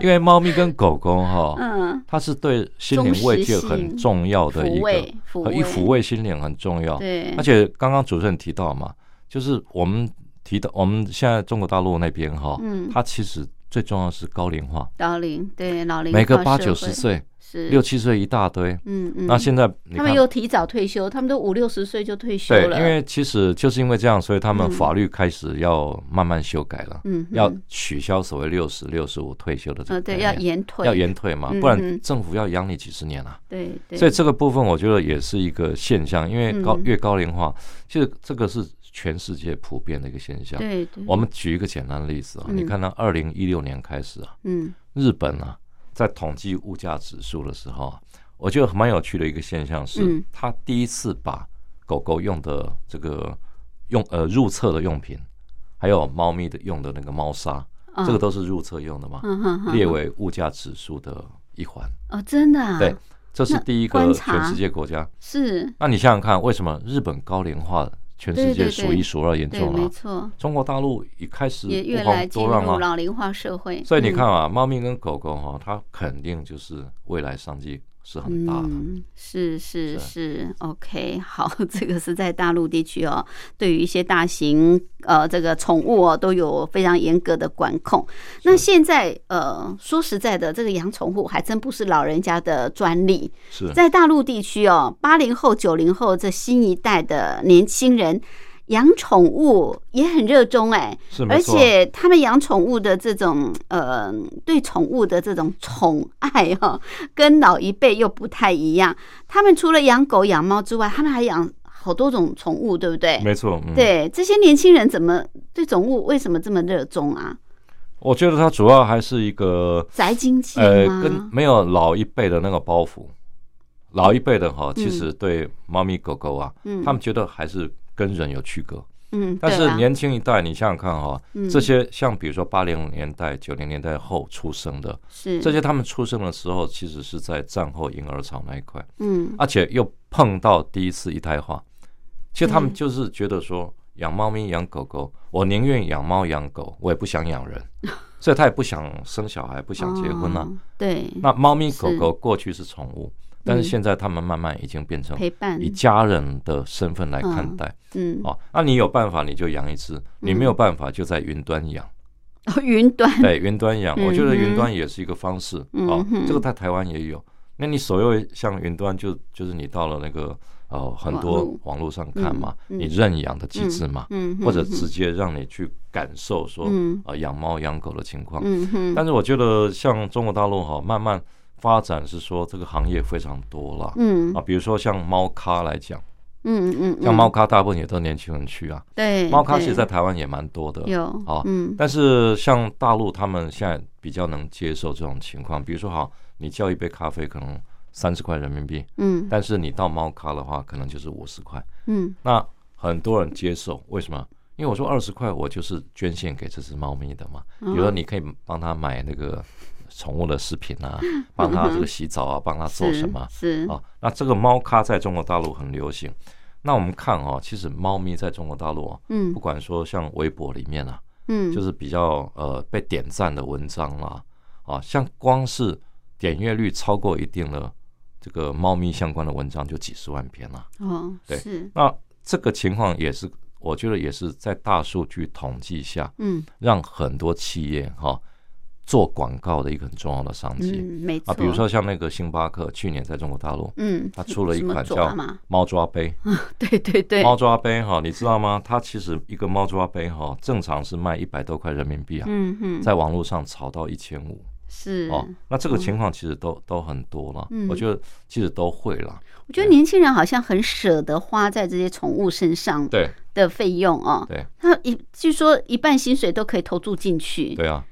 C: 因为猫咪跟狗狗哈，
A: (laughs) 嗯，
C: 它是对心灵慰藉很重要的
A: 抚
C: 一个，
A: 慰，抚
C: 呃
A: 慰，
C: 一抚慰心灵很重要。
A: 对，
C: 而且刚刚主持人提到嘛，就是我们提到我们现在中国大陆那边哈，
A: 嗯
C: 它其实最重要是高龄化，
A: 老龄对老龄
C: 每个
A: 化
C: 八
A: 社
C: 九十
A: 会
C: 岁、
A: 是
C: 六七岁一大堆。
A: 嗯嗯，
C: 那现在你
A: 他们
C: 看，
A: 又提早退休，他们都五六十岁就退休
C: 对，
A: 了，
C: 因为其实就是因为这样，所以他们
A: 嗯
C: 法律开始要慢慢修改了，
A: 嗯哼
C: 要取消所谓六十六十五退休的这
A: 呃
C: 个
A: 对
C: 概念、
A: 要延退，
C: 要延退嘛，
A: 嗯
C: 不
A: 嗯
C: 然政府要养你几十年啊。
A: 对对，
C: 所以这个部分我觉得也是一个现象，因为高
A: 嗯
C: 越高龄化，其实这个是全世界普遍的一个现象。
A: 对对，
C: 我们举一个简单的例子啊，
A: 嗯
C: 你看到二零一六年开始啊，
A: 嗯
C: 日本啊在统计物价指数的时候啊，我觉得蛮有趣的一个现象是
A: 嗯，
C: 它第一次把狗狗用的这个用呃入厕的用品，还有猫咪的用的那个猫砂，
A: 啊
C: 这个都是入厕用的嘛，
A: 嗯哼哼
C: 列为物价指数的一环。
A: 哦真的啊，
C: 对，这是
A: 那
C: 第一
A: 观
C: 个
A: 察
C: 全世界国家。
A: 是，
C: 那你想想看，为什么日本高龄化全世
A: 对对对
C: 界数一数二严
A: 对
C: 重
A: 没
C: 啊？
A: 错，
C: 中国大陆也开始
A: 也越
C: 不
A: 来进
C: 遑多
A: 入
C: 让啊。
A: 老龄化社会，
C: 所以你
A: 嗯
C: 看啊，猫咪跟狗狗哈、它肯定就是未来商机是很大的。
A: 嗯、是是是，OK，好， (laughs) 这个是在大陆地区哦，对于一些大型呃这个宠物哦，都有非常严格的管控。那现在呃，说实在的，这个养宠物还真不是老人家的专利，
C: 是
A: 在大陆地区哦，八零后、九零后这新一代的年轻人。养宠物也很热衷哎、
C: 是没
A: 而
C: 错。
A: 且他们养宠物的这种呃，对宠物的这种宠爱哈、跟老一辈又不太一样。他们除了养狗、养猫之外，他们还养好多种宠物，对不对？
C: 没错，嗯，
A: 对，这些年轻人怎么对宠物为什么这么热衷啊？
C: 我觉得它主要还是一个
A: 宅经济
C: 呃，
A: 吗？
C: 跟没有老一辈的那个包袱。老一辈的哈，其实对猫咪狗狗啊，
A: 嗯
C: 他们觉得还是跟人有区隔。
A: 嗯，
C: 但
A: 对
C: 是
A: 啊
C: 年轻一代，你想想看哈、
A: 嗯
C: 这些像比如说八零年代、九零年代后出生的，
A: 是
C: 这些他们出生的时候，其实是在战后婴儿潮那一块，
A: 嗯
C: 而且又碰到第一次一胎化，其实他们
A: 嗯
C: 就是觉得说，养猫咪、养狗狗，我宁愿养猫养狗，我也不想
A: (laughs)
C: 养人，所以他也不想生小孩，不想结婚了、
A: 哦对，
C: 那猫咪、狗
A: 是嗯
C: 狗过去是宠物，但是现在他们慢慢已经变成
A: 陪伴
C: 以家人的身份来看待。
A: 嗯
C: 哦，那你有办法你就养一只，你没有办法就在云端养。
A: (laughs) 哦云端 (laughs)
C: 对，云端养，我觉得云
A: 嗯
C: 端也是一个方式啊、
A: 嗯哼
C: 这个在台湾也有。那你所谓像云端就，就是你到了那个呃很
A: 网
C: 多
A: 络
C: 网络上看嘛，
A: 嗯嗯
C: 你认养的机制嘛，
A: 嗯
C: 或者
A: 哼
C: 直接让你去感受说、
A: 嗯
C: 呃养猫养狗的情况。
A: 嗯哼
C: 但是我觉得像中国大陆哈、慢慢发展是说这个行业非常多了、
A: 嗯
C: 啊，比如说像猫咖来讲，
A: 嗯嗯嗯
C: 像猫咖大部分也都年轻人去啊，
A: 对
C: 猫咖其
A: 对
C: 实在台湾也蛮多的，
A: 有
C: 啊
A: 嗯
C: 但是像大陆他们现在比较能接受这种情况，比如说好，你叫一杯咖啡可能三十块人民币，
A: 嗯
C: 但是你到猫咖的话可能就是五十块，
A: 嗯
C: 那很多人接受，为什么？因为我说二十块我就是捐献给这只猫咪的嘛，比如说你可以帮它买那个宠物的食品啊，帮它这个洗澡啊，帮它做
A: 是
C: 什么啊
A: 是
C: 啊？那这个猫咖在中国大陆很流行。那我们看哦，其实猫咪在中国大陆哦，
A: 嗯
C: 不管说像微博里面啊，
A: 嗯
C: 就是比较呃被点赞的文章啦，啊，像光是点阅率超过一定的这个猫咪相关的文章就几十万篇啦。
A: 哦
C: 对
A: 是
C: 那这个情况也是，我觉得也是在大数据统计下，
A: 嗯
C: 让很多企业哈、做广告的一个很重要的商机、
A: 嗯没错
C: 啊，比如说像那个星巴克去年在中国大陆。
A: 嗯
C: 它出了一
A: 什么
C: 款
A: 爪
C: 叫
A: 嘛 (laughs)
C: 猫抓杯，
A: 对对对
C: 猫抓杯哈，你知道吗？它其实一个猫抓杯哈，正常是卖一百多块人民币啊，
A: 嗯嗯
C: 在网络上炒到一千五
A: 是
C: 哦，那这个情况其实都、都很多了，
A: 嗯
C: 我觉得其实都会啦。
A: 我觉得年轻人好像很舍得花在这些宠物身上
C: 对
A: 的费用哦，
C: 对
A: 他一据说一半薪水都可以投注进去，
C: 对啊，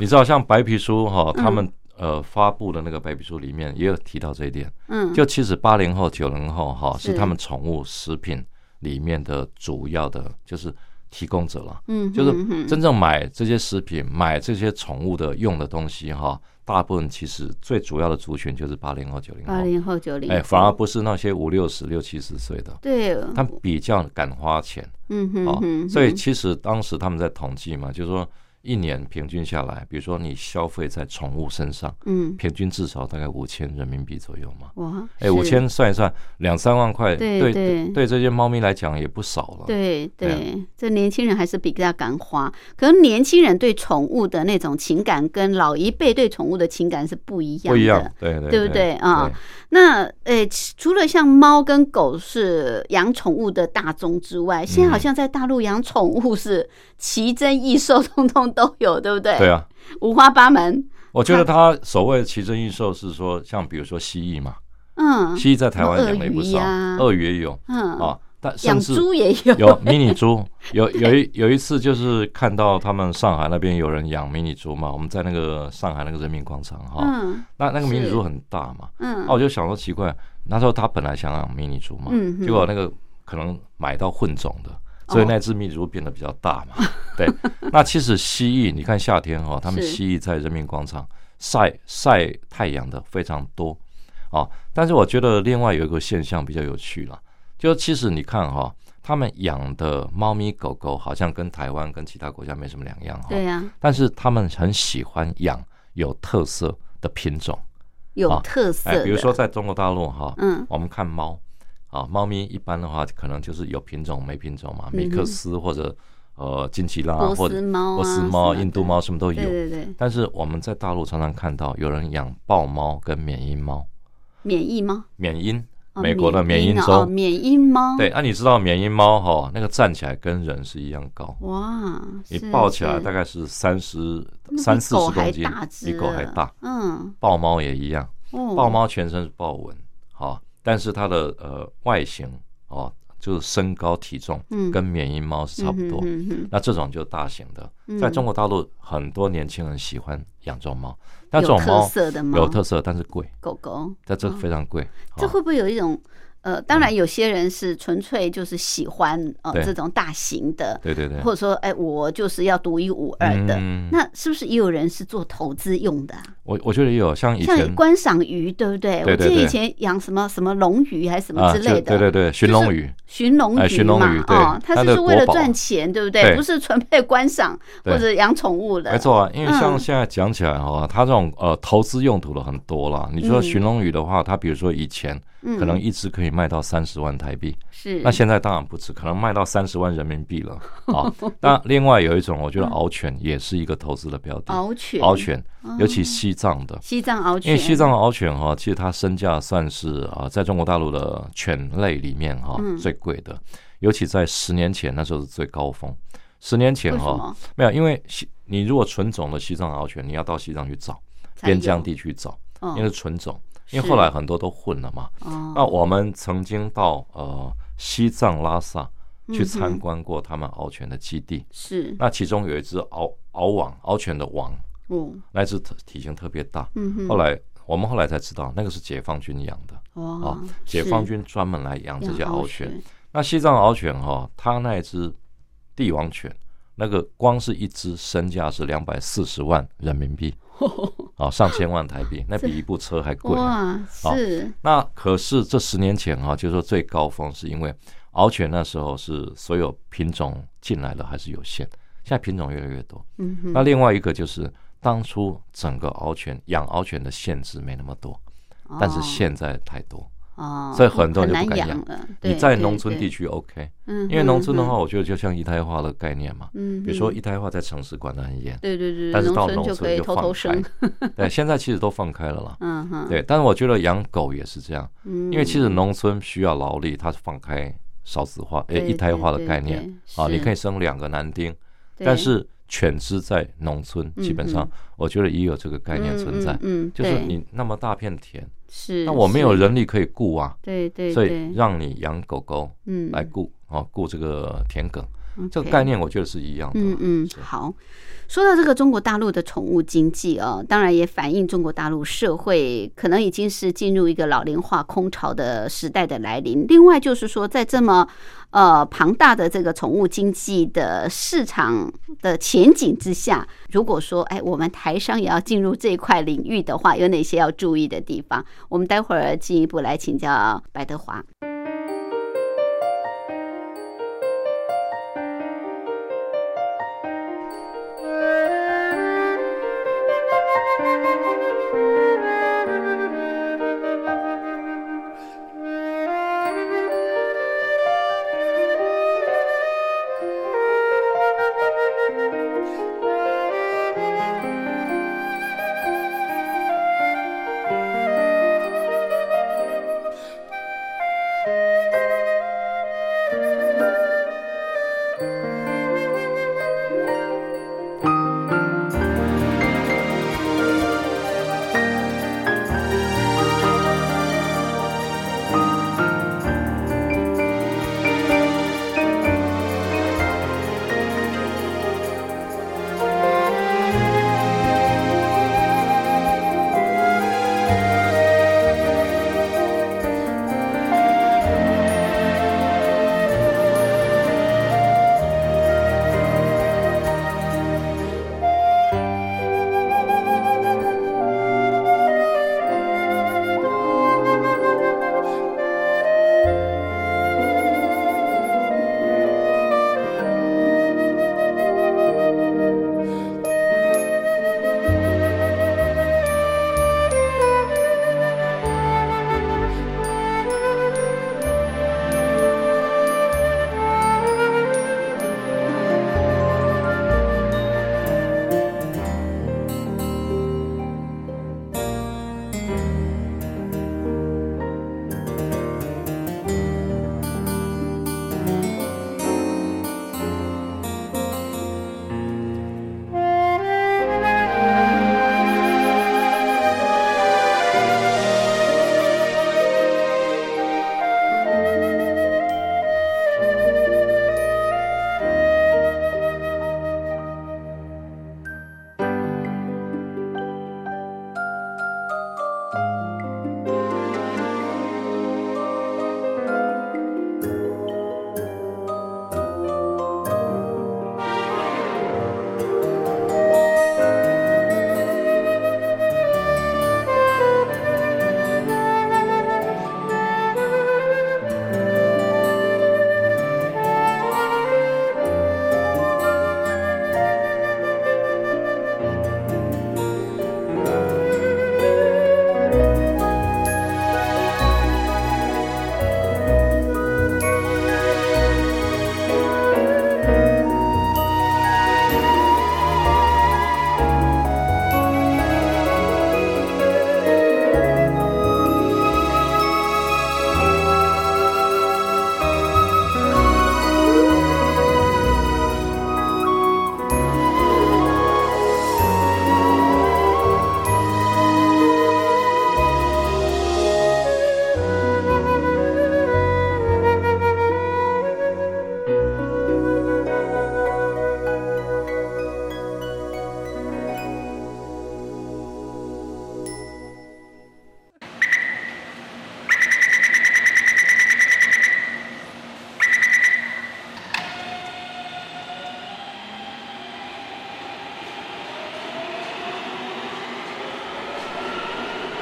C: 你知道像白皮书哈、
A: 嗯
C: 他们呃发布的那个白皮书里面也有提到这一点，
A: 嗯，
C: 就其实八零后、九零后哈、
A: 是
C: 是他们宠物食品里面的主要的就是提供者了。
A: 嗯哼
C: 就是哦
A: 哼
C: 真正买这些食品、买这些宠物的用的东西哈，大部分其实最主要的族群就是八零后、九零后
A: 八，零后九零，
C: 哎，反而不是那些五六十、六七十岁的，
A: 对，
C: 他们比较敢花钱
A: 嗯哼
C: 啊、
A: 哼，
C: 所以其实当时他们在统计嘛，就是说一年平均下来，比如说你消费在宠物身上，
A: 嗯，
C: 平均至少大概五千人民币左右嘛。
A: 哇，
C: 哎，五
A: 是，
C: 千算一算，两三万块，
A: 对
C: 对
A: 对
C: 对，这些猫咪来讲也不少了。
A: 对
C: 对啊
A: 对，这年轻人还是比较敢花，可能年轻人对宠物的那种情感跟老一辈对宠物的情感是不一样的，
C: 不一样，对对哎
A: 对不对啊
C: 对
A: 那呃，其除了像猫跟狗是养宠物的大宗之外，现
C: 嗯
A: 在好像在大陆养宠物是奇珍异兽，通通都有，对不对？
C: 对，啊，
A: 五花八门。
C: 我觉得他所谓的奇珍异兽是说，像比如说蜥蜴嘛，
A: 嗯
C: 蜥蜴在台湾养的也不
A: 鳄鱼
C: 少
A: 呀，
C: 鳄鱼也有
A: 嗯，
C: 啊，但甚
A: 养
C: 至
A: 猪也有，
C: 有迷你猪，有有一有一次就是看到他们上海那边有人养迷你猪嘛，我们在那个上海那个人民广场哈，
A: 嗯
C: 那那个迷你
A: 是
C: 猪很大嘛，
A: 嗯
C: 那我就想说奇怪，那时候他本来想养迷你猪嘛
A: 嗯，哼哦
C: 结果那个可能买到混种的。所以那只蜜猪变得比较大
A: (laughs)
C: 嘛，对。那其实蜥蜴，你看夏天哦，他们
A: 是
C: 蜥蜴在人民广场晒晒太阳的非常多啊。但是我觉得另外有一个现象比较有趣了，就其实你看哈、他们养的猫咪狗狗好像跟台湾跟其他国家没什么两样哈、
A: 对啊呀，
C: 但是他们很喜欢养有特色的品种，
A: 有
C: 啊
A: 特色
C: 哎，
A: 的，
C: 比如说在中国大陆哈、
A: 嗯
C: 我们看猫啊，猫咪一般的话可能就是有品种没品种嘛，米克斯或者呃金吉拉
A: 嗯波
C: 或
A: 斯
C: 者
A: 猫啊
C: 波斯
A: 什么
C: 猫、
A: 的
C: 印度猫什么都
A: 对
C: 有。
A: 对对，
C: 但是我们在大陆常常看到有人养豹猫跟缅因猫，
A: 缅因猫，
C: 缅因
A: 哦
C: 美国的缅
A: 因
C: 因
A: 哦
C: 州
A: 哦缅因猫，
C: 对，，啊那、你知道缅因猫哈、那个站起来跟人是一样高，
A: 哇，
C: 你
A: 是
C: 抱起来
A: 是
C: 大概是三十
A: 那比
C: 三四
A: 狗
C: 十
A: 还
C: 公斤
A: 大，只啊
C: 比狗还
A: 了
C: 大。
A: 嗯，
C: 豹猫也一样，
A: 哦
C: 豹猫全身是豹纹，好、但是它的呃外形哦，就是身高体重
A: 嗯
C: 跟缅因猫是差不多。
A: 嗯哼哼哼
C: 那这种就是大型的，
A: 嗯
C: 在中国大陆很多年轻人喜欢养这种猫，但
A: 有
C: 这种
A: 特
C: 猫
A: 色的猫，
C: 有特色，但是贵，
A: 狗狗，
C: 但这个非常贵。
A: 这
C: 哦
A: 会不会有一种呃，当然有些人是纯粹就是喜欢呃
C: 嗯对
A: 这种大型的，
C: 对对对，
A: 或者说哎我就是要独一无二的。
C: 嗯
A: 那是不是也有人是做投资用的、啊？
C: 我我觉得也有像以前
A: 像观赏鱼，对不对？
C: 对对
A: 我记得
C: 对
A: 以前养什么什么龙鱼还是什么
C: 啊，
A: 之
C: 就
A: 类的，
C: 对对对，寻龙鱼，
A: 寻龙
C: 哎
A: 鱼
C: 寻龙
A: 嘛，
C: 鱼对
A: 哦，它
C: 它
A: 就
C: 的
A: 是为了
C: 国宝啊
A: 赚钱，对不对？
C: 对
A: 不是纯粹观赏
C: 对
A: 或者养宠物的，
C: 没错啊，因为像
A: 嗯
C: 现在讲起来哈、它这种呃投资用途的很多啦。你说
A: 嗯
C: 寻龙鱼的话，它比如说以前
A: 嗯，
C: 可能一只可以卖到三十万台币，
A: 是
C: 那现在当然不止，可能卖到三十万人民币了
A: (laughs)
C: 啊。那另外有一种，我觉得獒犬也是一个投资的标的，
A: 獒犬，
C: 獒，犬尤其西藏的，
A: 西藏獒
C: 因
A: 犬，
C: 为西藏的獒犬啊哈，其实它身价算是啊，在中国大陆的犬类里面哈
A: 嗯
C: 最贵的，尤其在十年前那时候是最高峰。十年前
A: 为什
C: 哈，
A: 么
C: 没有，因为西你如果纯种的西藏獒犬，你要到西藏去找，
A: 才有
C: 边疆地区找，
A: 哦
C: 因为是纯种，因为
A: 是
C: 后来很多都混了嘛。
A: 哦
C: 那我们曾经到呃西藏拉萨去
A: 嗯
C: 参
A: 哼
C: 观过他们獒犬的基地，
A: 是
C: 那其中有一只獒獒王獒犬的王，
A: 嗯
C: 那只体体型特别大。
A: 嗯哼，
C: 后来我们后来才知道，那个是解放军养的
A: 哇
C: 啊，解放军专门来养
A: 嗯
C: 这
A: 哦养
C: 些獒
A: 犬
C: 犬。，那西藏獒犬哈、它那一只帝王犬，那个光是一只身价是两百四十万人民
A: (laughs)
C: 币啊，上千万台币，那比一部车还贵呢。
A: 哇，是
C: 那可是这十年前哈、就是说最高峰是因为獒犬那时候是所有品种进来了还是有限，现在品种越来越多。
A: 嗯哼，
C: 那另外一个就是当初整个獒犬养獒犬的限制没那么多，但是
A: 哦
C: 现在太多。
A: 哦，
C: 所以很多人就
A: 很
C: 不
A: 难
C: 敢
A: 养
C: 养
A: 了。
C: 你在农村地
A: 区，
C: 区 OK，
A: 因
C: 因为农村的话，，我觉得就像一胎化的概念嘛。
A: 嗯嗯哼，
C: 比如说一胎化在城市管得很严，
A: 对对对，
C: 但是
A: 农
C: 到
A: 村
C: 农
A: 就可
C: 村
A: 以
C: 就
A: 偷
C: 放
A: 偷生，
C: 开。对，现在其实都放开了啦。
A: (laughs) 嗯哼，，嗯
C: 对，但是我觉得养狗也是这样，
A: 因
C: 因为其实农村需要劳力，它是放开少子化，呃，一胎化的概念啊，你可以
A: 以，
C: 生两个男丁，
A: 对
C: 但是犬只在农村基本上
A: 嗯，
C: 我觉得也有这个概念存在，
A: 嗯，嗯嗯
C: 就是
A: 对
C: 你那么大片田，
A: 是，
C: 那我没有
A: 是，
C: 人力可以雇啊，
A: 对对，
C: 所以
A: 对
C: 让你养狗狗
A: 嗯
C: 来雇啊，雇这个田埂，这个
A: OK
C: 概念我觉得是一样的
A: 嗯
C: 啦。
A: 嗯，
C: 是
A: 好。说到这个中国大陆的宠物经济哦，当然也反映中国大陆社会可能已经是进入一个老龄化空潮的时代的来临。另外就是说，在这么呃庞大的这个宠物经济的市场的前景之下，如果说哎我们台商也要进入这一块领域的话，有哪些要注意的地方？我们待会儿进一步来请教白德华。
D: thank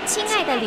F: 亲爱的旅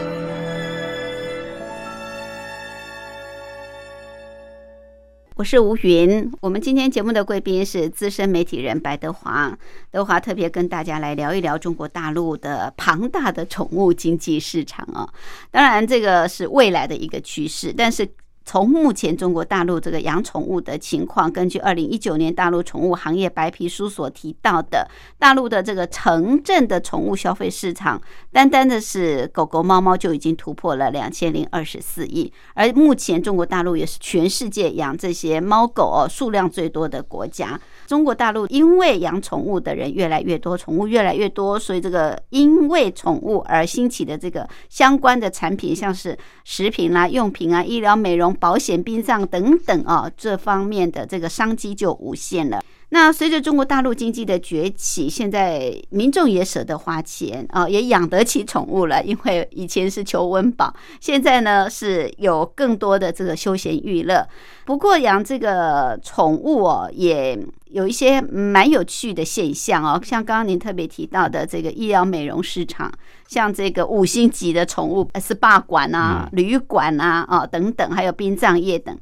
A: 我是吴云。我们今天节目的贵宾是资深媒体人白德华。德华特别跟大家来聊一聊中国大陆的庞大的宠物经济市场啊、当然，这个是未来的一个趋势，但是。从目前中国大陆这个养宠物的情况，根据二零一九年大陆宠物行业白皮书所提到的，大陆的这个城镇的宠物消费市场，单单的是狗狗、猫猫就已经突破了两千零二十四亿，而目前中国大陆也是全世界养这些猫狗哦数量最多的国家。中国大陆因为养宠物的人越来越多，宠物越来越多，所以这个因为宠物而兴起的这个相关的产品，像是食品啦、用品啊、医疗美容、保险、殡葬等等啊，这方面的这个商机就无限了。那随着中国大陆经济的崛起，现在民众也舍得花钱啊、也养得起宠物了，因为以前是求温饱，现在呢是有更多的这个休闲娱乐。不过养这个宠物哦，也有一些蛮有趣的现象哦，像刚刚您特别提到的这个医疗美容市场，像这个五星级的宠物呃 SPA 馆啊、旅馆啊、啊等等，还有殡葬业等。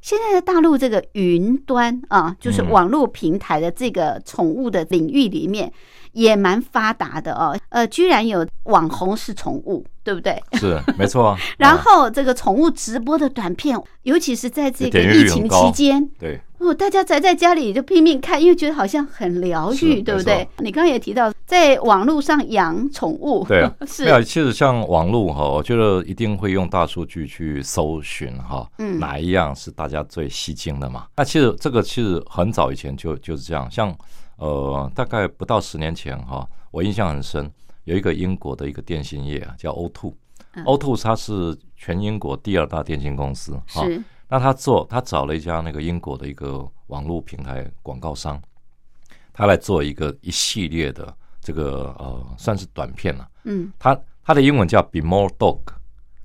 A: 现在的大陆这个云端啊，就是
C: 嗯
A: 网络平台的这个宠物的领域里面，也蛮发达的哦。呃，居然有网红是宠物，对不对？
C: 是没错啊。
A: (laughs) 然
C: 啊
A: 后这个宠物直播的短片，尤其是在这个
C: 点阅
A: 疫
C: 率很
A: 情期
C: 高
A: 间，
C: 对
A: 哦，大家宅在家里就拼命看，因为觉得好像很疗
C: 是
A: 愈，对
C: 没
A: 不对？你刚刚也提到，在网络上养宠物，，
C: 对啊
A: (laughs) 是
C: 没有，其实像网络哈，我觉得一定会用大数据去搜寻哈，
A: 嗯
C: 哪一样是大家最吸睛的嘛？那其实这个其实很早以前就就是这样，像呃，大概不到十年前哈，我印象很深，有一个英国的一个电信业啊，叫 O Two。O
A: 嗯
C: Two 它是全英国第二大电信公司，哈。
A: 是，
C: 那他做，他找了一家那个英国的一个网络平台广告商，他来做一个一系列的这个呃，算是短片了、
A: 嗯
C: 他他的英文叫 Be More Dog，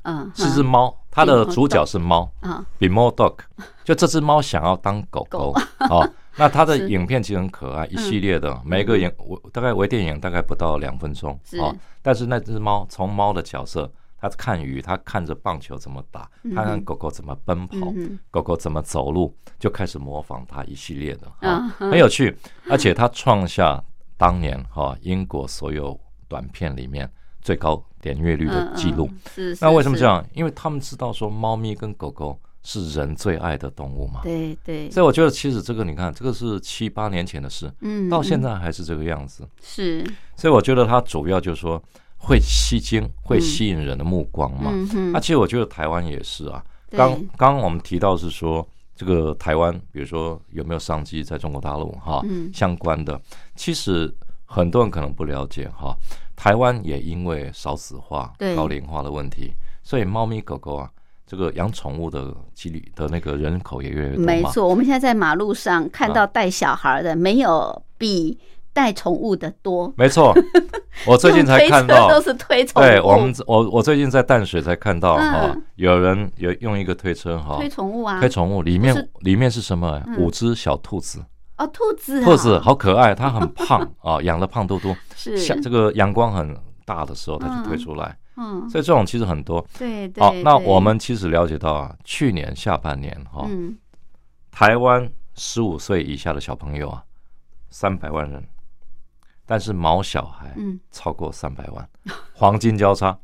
A: 嗯，
C: 是只猫，它的主角是猫
A: 啊
C: ，Be More Dog，就这只猫想要当狗狗哦。
A: (laughs)
C: 那它的影片其实很可爱，一
A: 嗯
C: 系列的，每一个影我大概微电影大概不到两分钟
A: 是
C: 哦。但是那只猫从猫的角色，它看鱼，它看着棒球怎么打，它看狗狗怎么奔跑，
A: 嗯
C: 狗狗怎么走路，就开始模仿它一系列的，
A: 啊
C: 啊，很有趣。而且它创下当年哈、英国所有短片里面最高点阅率的记录。
A: 嗯是，是
C: 那为什么这？
A: 是
C: 样？因为他们知道说猫咪跟狗狗是人最爱的动物嘛。
A: 对对，
C: 所以我觉得其实这个你看，这个是七八年前的事，
A: 嗯，
C: 到现
A: 嗯
C: 在还是这个样子。
A: 是，
C: 所以我觉得它主要就是说会吸睛，会吸引人的目光嘛。啊
A: 嗯哼
C: 那、，其实我觉得台湾也是啊。
A: 对
C: 刚刚我们提到是说这个台湾，比如说有没有商机在中国大陆哈、
A: 嗯
C: 相关的，其实很多人可能不了解哈，台湾也因为少子化
A: 对、
C: 高龄化的问题，所以猫咪狗狗啊，这个养宠物的几率的那个人口也越来越多嘛。
A: 没错，我们现在在马路上看
C: 啊
A: 到带小孩的，没有比带宠物的多。(laughs)
C: 没错，我最近才看
A: 这种推车
C: 到
A: 都，是推宠物，
C: 对我们我我最近在淡水才看到哈、
A: 嗯
C: 有人有用一个推车哈
A: 推。宠物啊
C: 推，宠物里面
A: 不是
C: 里面是什么？啊
A: 嗯
C: 五只小兔子，
A: 哦，兔子啊，
C: 兔子好可爱，它很胖
A: (laughs)
C: 啊，养的胖嘟嘟。
A: 是，
C: 像这个阳光很大的时候，它就推出来。
A: 嗯，
C: 所以这种其实很多。
A: 对对。
C: 好，那
A: 对
C: 我们其实了解到啊，去年下半年哈、
A: 嗯
C: 台湾十五岁以下的小朋友啊，三百万人，但是毛小孩
A: 嗯
C: 超过三百万，黄金交叉。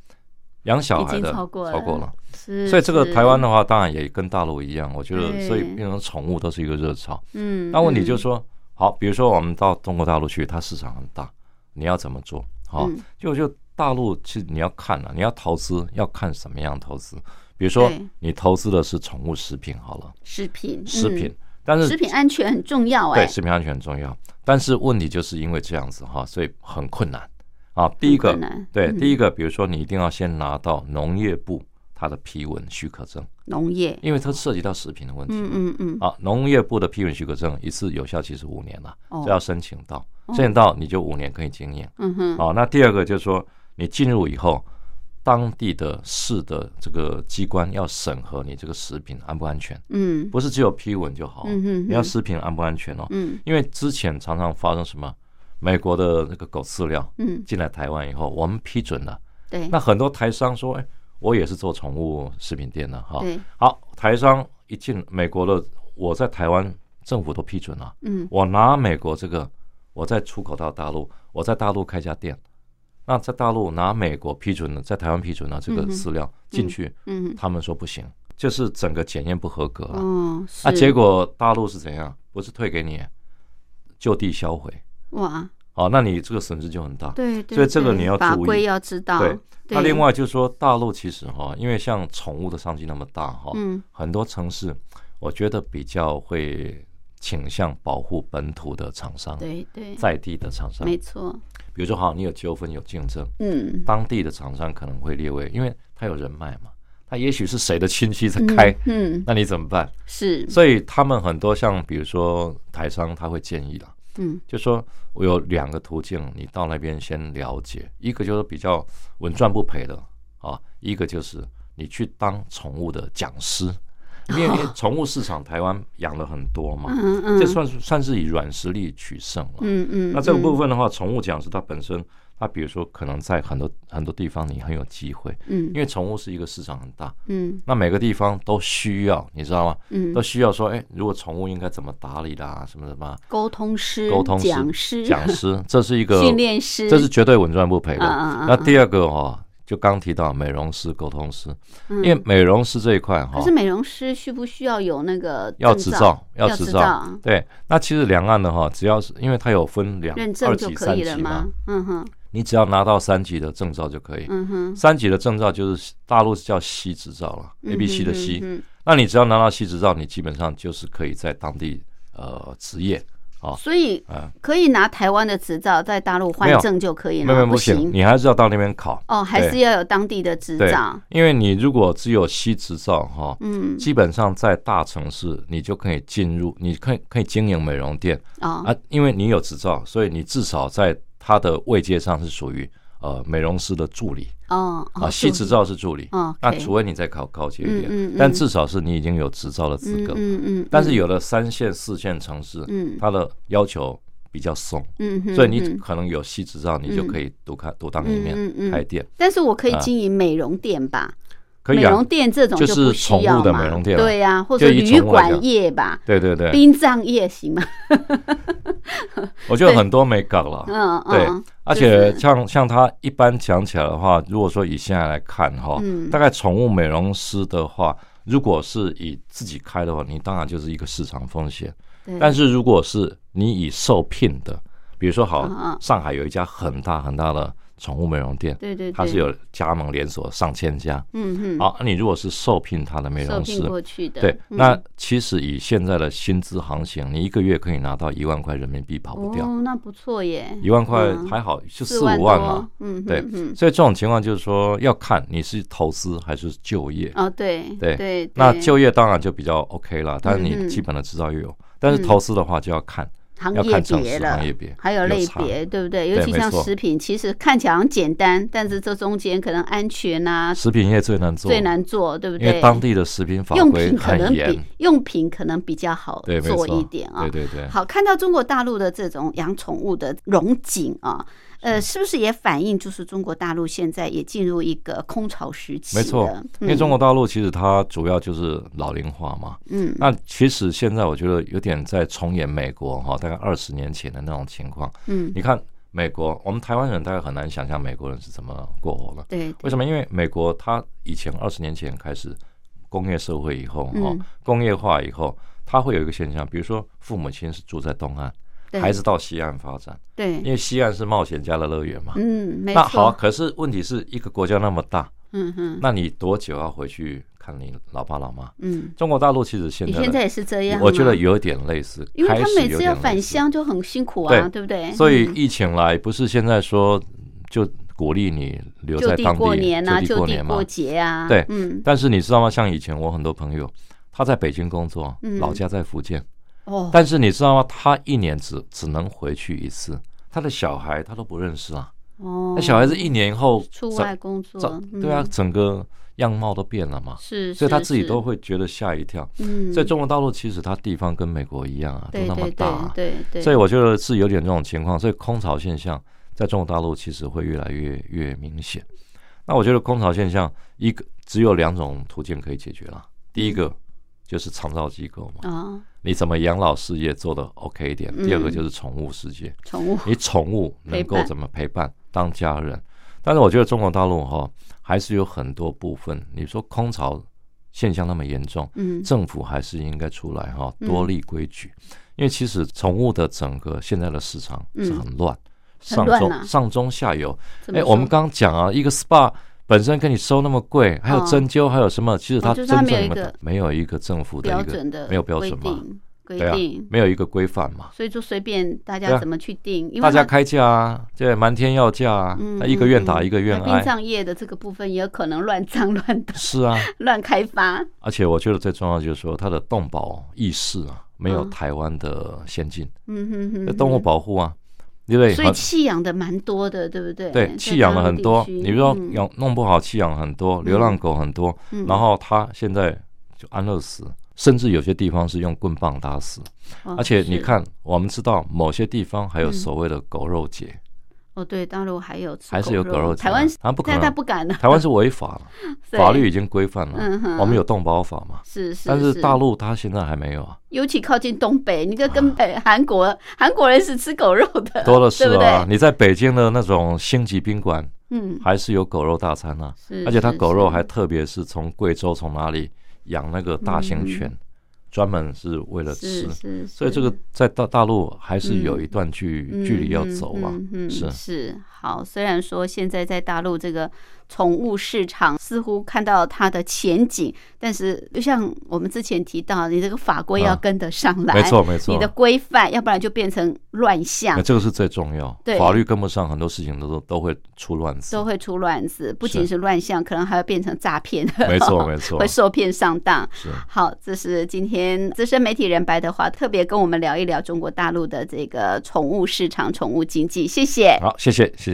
C: 养小孩
A: 已
C: 的
A: 经超过了是，
C: 所以这个
A: 是
C: 台湾的话，当然也跟大陆一样，我觉
A: 对
C: 得所以变成宠物都是一个热潮。
A: 嗯，
C: 那问题
A: 嗯
C: 就是说，好，比如说我们到中国大陆去，它市场很大，你要怎么做？好、
A: 嗯
C: 就就大陆其实你要看啊了、你要投资要看什么样投资。比如说
A: 对
C: 你投资的是宠物食品好了，
A: 食品，
C: 食品，
A: 嗯
C: 但是
A: 食品安全很重要哎，
C: 对食品安全很重要，但是问题就是因为这样子哈，所以很困难啊。第一个
A: 很困难
C: 对、
A: 嗯
C: 第一个，比如说你一定要先拿到农业部。它的批文许可证，
A: 农业，
C: 因为它涉及到食品的问题。
A: 嗯嗯嗯，
C: 啊，农业部的批文许可证一次有效期是五年啦，
A: 哦
C: 这要申请到，申请到你就五年可以经营。
A: 嗯哼，
C: 哦，那第二个就是说，你进入以后，当地的市的这个机关要审核你这个食品安不安全，
A: 嗯
C: 不是只有批文就好，
A: 嗯哼，
C: 你要食品安不安全哦。
A: 嗯
C: 因为之前常常发生什么，美国的那个狗饲料
A: 嗯，
C: 进来台湾以后，我们批准了，
A: 对，
C: 那很多台商说，哎，我也是做宠物食品店的哈，
A: 对，
C: 好，台商一进美国的，我在台湾政府都批准了，
A: 嗯
C: 我拿美国这个，我再出口到大陆，我在大陆开家店，那在大陆拿美国批准的，在台湾批准的这个
A: 嗯哼
C: 饲料进去，
A: 嗯，
C: 他们说不行，就是整个检验不合格了。
A: 哦，
C: 那
A: 是
C: 啊结果大陆是怎样？不是退给你，就地销毁。
A: 哇，
C: 哦，那你这个损失就很大。
A: 对对，
C: 所以这个
A: 对
C: 你要
A: 法
C: 注意
A: 规要知道，
C: 对
A: 对
C: 那另，外就是说，大陆其实哈，因为像宠物的商机那么大哈，
A: 嗯
C: 很多城市，我觉得比较会倾向保护本土的厂商，
A: 对对，
C: 在地的厂商。
A: 没错，
C: 比如说，好，你有纠纷有竞争，
A: 嗯，
C: 当地的厂商可能会列为，因为他有人脉嘛，他也许是谁的亲戚在开，
A: 嗯，嗯，
C: 那你怎么办？
A: 是，
C: 所以他们很多像比如说台商，他会建议啦，
A: 嗯
C: 就说我有两个途径，你到那边先了解，一个就是比较稳赚不赔的啊，一个就是你去当宠物的讲师， (laughs) 因为宠物市场台湾养了很多嘛，
A: 嗯嗯，
C: 这算是算是以软实力取胜了。
A: 嗯嗯，
C: 那这个
A: 嗯
C: 部，分的话，宠物讲师它本身，它比如说可能在很多很多地方你很有机会，
A: 嗯
C: 因为宠物是一个市场很大，
A: 嗯
C: 那每个地方都需要，你知道吗？
A: 嗯
C: 都，需要说，哎，如果宠物应该怎么打理啦，什么什么啊
A: 沟通师、
C: 沟通师
A: 讲师、
C: 讲师，这是一个
A: 嗯 (laughs) 训练师，
C: 这是绝对稳赚不赔的。
A: 嗯嗯嗯
C: 那第二个哦，就刚提到美容师、沟通师，
A: 嗯
C: 因为美容师这一块哈、
A: 可是美容师需不需要有那个
C: 要执
A: 证
C: 照，要
A: 执
C: 执照。对，那其实两岸的哈、只要是因为它有分两
A: 认
C: 二
A: 证就
C: 级、
A: 可
C: 三
A: 以
C: 级
A: 了
C: 嘛
A: 吗，？嗯哼，
C: 你只要拿到三级的证照就可以。
A: 嗯哼，
C: 三级的证照就是大陆是叫 C 执照了，A、B、C 的 C、
A: 嗯哼
C: 那你只要拿到 C 执照，你基本上就是可以在当地呃职业。
A: 哼所以
C: 啊
A: 可以拿台湾的执照在大陆
C: 没
A: 换
C: 有
A: 证就可以了吗，
C: 啊没有
A: 不
C: 不行，你还是要到那边考。
A: 哦，还是
C: 对
A: 要有当地的执
C: 对
A: 照，，
C: 因为你如果只有 C 执照哈，
A: 嗯，
C: 基本上在大城市你就可以进入，你可以可以经营美容店
A: 哦，
C: 啊，因为你有执照，所以你至少在它的位阶上是属于呃美容师的助理
A: 哦，
C: 啊
A: 哦
C: ，C
A: 是
C: 执照是助理。
A: 哦，
C: 那
A: OK
C: 除非你再考高阶一
A: 嗯嗯
C: 点
A: 嗯，
C: 但至少是你已经有执照的资
A: 嗯
C: 格。
A: 嗯嗯，
C: 但是
A: 嗯
C: 有的三线、四线城市，
A: 嗯
C: 它的要求比较松，
A: 嗯哼，
C: 所以你
A: 嗯
C: 可能有 C 执照，你就可以独开独当一
A: 嗯嗯嗯
C: 面开店，
A: 但是我可以
C: 啊
A: 经营美容店吧？
C: 可以
A: 美
C: 啊
A: 容。店这种
C: 就
A: 不
C: 是
A: 需
C: 宠物
A: 要
C: 的
A: 嘛
C: 美容店啊
A: 对呀，或
C: 就
A: 者
C: 以
A: 旅
C: 宠物来
A: 馆
C: 讲
A: 业吧，
C: 对对对，
A: 殡葬业行吗？
C: (laughs) 我觉得很多没搞了。
A: 嗯
C: 对
A: 嗯，
C: 而
A: 就是
C: 且像像他一般讲起来的话，如果说以现在来看哈，
A: 嗯
C: 大概宠物美容师的话，如果是以自己开的话，你当然就是一个市场风险。
A: 对
C: 但是如果是你以受聘的，比如说好，
A: 嗯嗯
C: 上海有一家很大很大的宠物美容店，
A: 对对，
C: 它是
A: 对
C: 有加盟连锁上千家。
A: 嗯嗯，
C: 啊，那你如果是受聘他的美
A: 受
C: 容师
A: 聘，过去的，
C: 对，
A: 嗯
C: 那其实以现在的薪资行情，你一个月可以拿到一万块人民币，跑不掉。
A: 哦，那不错耶，
C: 一万块
A: 嗯
C: 还好，就
A: 四
C: 四五万嘛
A: 多。，嗯，
C: 对
A: 嗯嗯，
C: 所以这种情况就是说，要看你是投资还是就业。
A: 哦，对
C: 对
A: 对，
C: 那
A: 对
C: 就业当然就比较 OK 了，但
A: 嗯
C: 是
A: 嗯嗯
C: 你基本的执照又有。但是投资的话就要看，
A: 行
C: 要
A: 业
C: 看城
A: 别
C: 市
A: 了，
C: 行业别
A: 还有
C: 有
A: 类
C: 差
A: 别，对不对？尤
C: 对
A: 其
C: 没
A: 像
C: 错
A: 食品，其实看起来好像简单，但是这中间可能安全啊
C: 食品业最难做，
A: 最难做，对不
C: 因为
A: 对？
C: 当地的食品法
A: 用
C: 规
A: 品可能
C: 很
A: 比
C: 严。
A: 用品可能比较好
C: 对，没
A: 做
C: 错，
A: 一点啊
C: 对。对对，
A: 好，看到中国大陆的这种养宠物的荣景啊，呃，是不是也反映就是中国大陆现在也进入一个空巢时期了？
C: 没错。因为
A: 嗯
C: 中国大陆其实它主要就是老龄化嘛。
A: 嗯
C: 那其实现在我觉得有点在重演美国哈，大概二十年前的那种情况。
A: 嗯，
C: 你看美国，我们台湾人大概很难想象美国人是怎么过活的。
A: 对，
C: 为什么？因为美国它以前二十年前开始工业社会以后，哈、
A: 嗯
C: 工业化以后，它会有一个现象，比如说父母亲是住在东岸，
A: 对
C: 孩子到西岸发展，因
A: 对，
C: 为西岸是冒险家的乐园嘛。
A: 嗯，没
C: 那好，
A: 错，
C: 可是问题是一个国家那么大，
A: 嗯哼，
C: 那你多久要回去看你老爸老妈？
A: 嗯，
C: 中国大陆其实现
A: 你
C: 在
A: 现在也是这样吗，
C: 我觉得有一点类似，
A: 因为
C: 开
A: 他
C: 始
A: 每
C: 有
A: 次要
C: 点类
A: 返
C: 似
A: 乡就很辛苦啊，
C: 对
A: 对不对？
C: 所以
A: 嗯
C: 疫情来，不是现在说就鼓励你留
A: 就
C: 在
A: 地
C: 当
A: 过
C: 地
A: 年啊，
C: 就地
A: 就
C: 过
A: 地
C: 年嘛
A: 过。节啊，
C: 对
A: 嗯，
C: 但是你知道吗？像以前我很多朋友，他在北京工作，
A: 嗯
C: 老家在福建，
A: 哦，
C: 但是你知道吗？他一年只只能回去一次，他的小孩他都不认识啊。
A: 哦
C: 那，小孩子一年后
A: 出
C: 整
A: 外工作
C: 整，对啊，
A: 嗯，
C: 整个样貌都变了嘛，
A: 是，
C: 所以他
A: 是
C: 自己都，会觉得吓一跳。
A: 是嗯，
C: 在中国大陆，其实它地方跟美国一样啊，都
A: 对
C: 那么
A: 对
C: 大啊、
A: 对对对，
C: 所以我觉得是有点这种情况，所以空巢现象在中国大陆其实会越来越越明显。那我觉得空巢现象一个只有两种途径可以解决
A: 嗯
C: 啦，第一个就是长照机构嘛，
A: 啊，
C: 你怎么养老事业做的 OK 一点；
A: 嗯
C: 第二个就是宠物世界，
A: 宠物，
C: 你宠物能够怎么陪伴当家人。但是我觉得中国大陆哈、还是有很多部分，你说空巢现象那么严重，
A: 嗯，
C: 政府还是应该出来哈，
A: 嗯
C: 多立规矩，因为其实宠物的整个现在的市场
A: 嗯
C: 是很乱，
A: 很
C: 上
A: 乱
C: 中、
A: 啊
C: 上中下游。
A: 怎么
C: 哎，
A: 说
C: 我们刚刚讲啊，一个 SPA 本身跟你收那么贵，还有
A: 哦
C: 针灸，还有什么？其实
A: 哦
C: 它
A: 就
C: 真
A: 是它
C: 正
A: 没有一
C: 你们
A: 个
C: 的没有一个政府的
A: 标
C: 一个
A: 准的
C: 没有标准
A: 规
C: 嘛，
A: 定
C: 对
A: 规
C: 啊
A: 定，，
C: 没有一个规范嘛。
A: 所以就随便大
C: 对
A: 家
C: 啊
A: 怎么去定，因为嗯
C: 大家
A: 它
C: 开价啊，对，瞒天要价啊，那一个愿打一个哎愿
A: 那殡
C: 挨，
A: 葬业的这个部分也有可能乱葬、 (laughs) 乱打、
C: 是啊。
A: 乱开发。
C: 而且我觉得最重要就是说，它的动保意识啊，没有
A: 嗯
C: 台湾的先进，
A: 嗯哼哼
C: 那
A: 哼，
C: 动物保护啊，对不对？
A: 所以
C: 很
A: 弃养的蛮多的，对不对？
C: 对，
A: 在
C: 弃养了
A: 大陆
C: 很
A: 地
C: 多，
A: 区
C: 你说
A: 嗯
C: 养弄不好弃养很多，流浪狗很多，
A: 嗯
C: 然后它现在就安乐死，甚至有些地方是用棍棒打死，
A: 哦
C: 而且你
A: 是
C: 看，我们知道某些地方还有
A: 嗯
C: 所谓的狗肉节，
A: 哦，对，大陆还有吃
C: 还是有狗肉节啊，
A: 台湾
C: 它不可
A: 现在
C: 能，
A: 不敢了，
C: 台湾是违法了，
A: 对
C: 法律已经规范
A: 嗯
C: 了，
A: 哼
C: 我们有动保法嘛，
A: 是是，
C: 但是大陆它现在还没有啊，
A: 尤其靠近东北，你看
C: (laughs)
A: 跟北韩国韩国人是吃狗肉的，
C: 多的是
A: 对不
C: 啊，
A: 对？
C: 你在北京的那种星级宾馆
A: 嗯，
C: 还是有狗肉大餐啊。
A: 是，
C: 而且它
A: 是
C: 狗肉还
A: 是
C: 特别是从贵州从哪里养那个大型犬，专门是为了
A: 嗯
C: 吃
A: 是，是，
C: 所以
A: 是
C: 这个在大大陆还是有一
A: 嗯
C: 段距、距离要走啊。
A: 嗯嗯嗯
C: 是
A: 是好，虽然说现在在大陆这个宠物市场似乎看到它的前景，但是就像我们之前提到，你这个法规要
C: 啊
A: 跟得上来，
C: 没错没错
A: 你的规范，要不然就变成乱象
C: 那。这个是最重要
A: 对，
C: 法律跟不上，很多事情都都会出乱子
A: 都。会出乱子，不仅
C: 是
A: 是乱象，可能还会变成诈骗，
C: 没错没
A: (laughs)
C: 错
A: 会受骗上当。
C: 是
A: 好，这是今天资深媒体人白德华特别跟我们聊一聊中国大陆的这个宠物市场、宠物经济，谢谢。
C: 好，谢谢谢谢。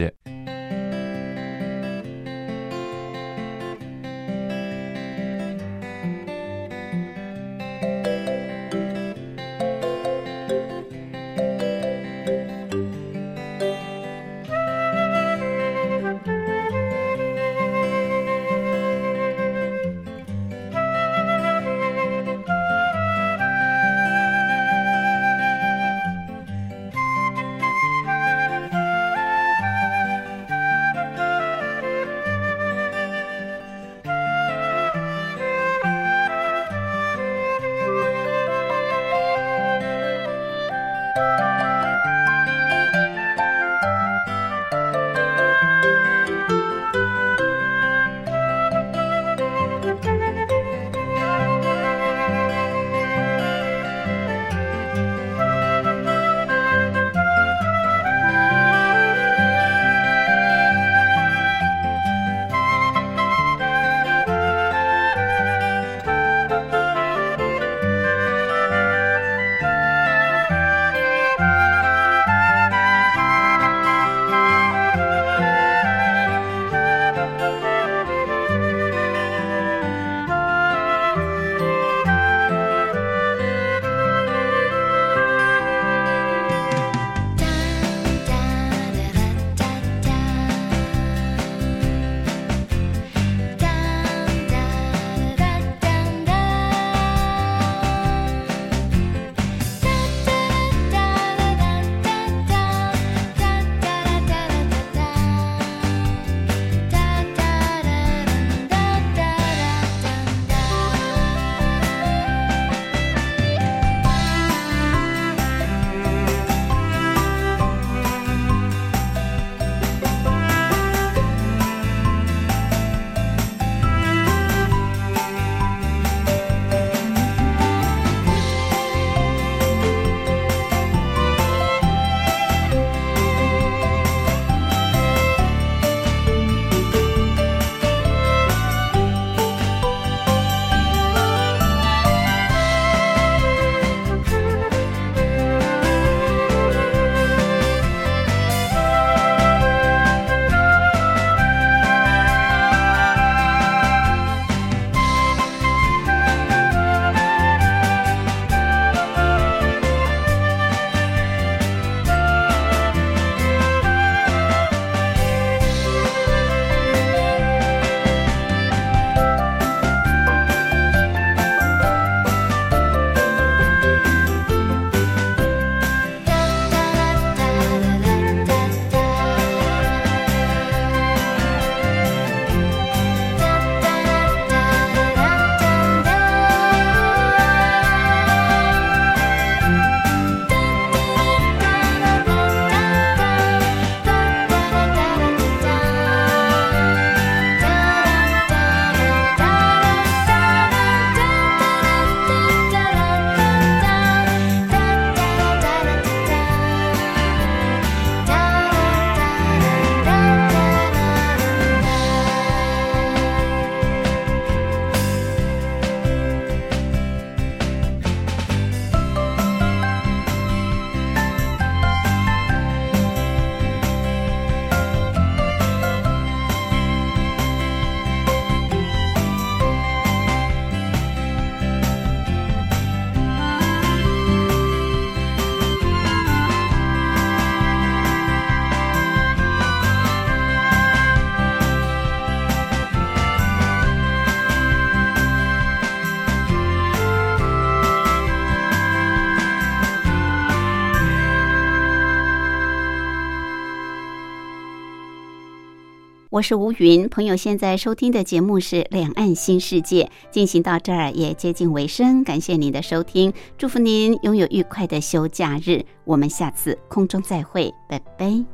A: 我是吴云。朋友现在收听的节目是《两岸新世界》，进行到这儿也接近尾声，感谢您的收听，祝福您拥有愉快的休假日。我们下次空中再会，拜拜。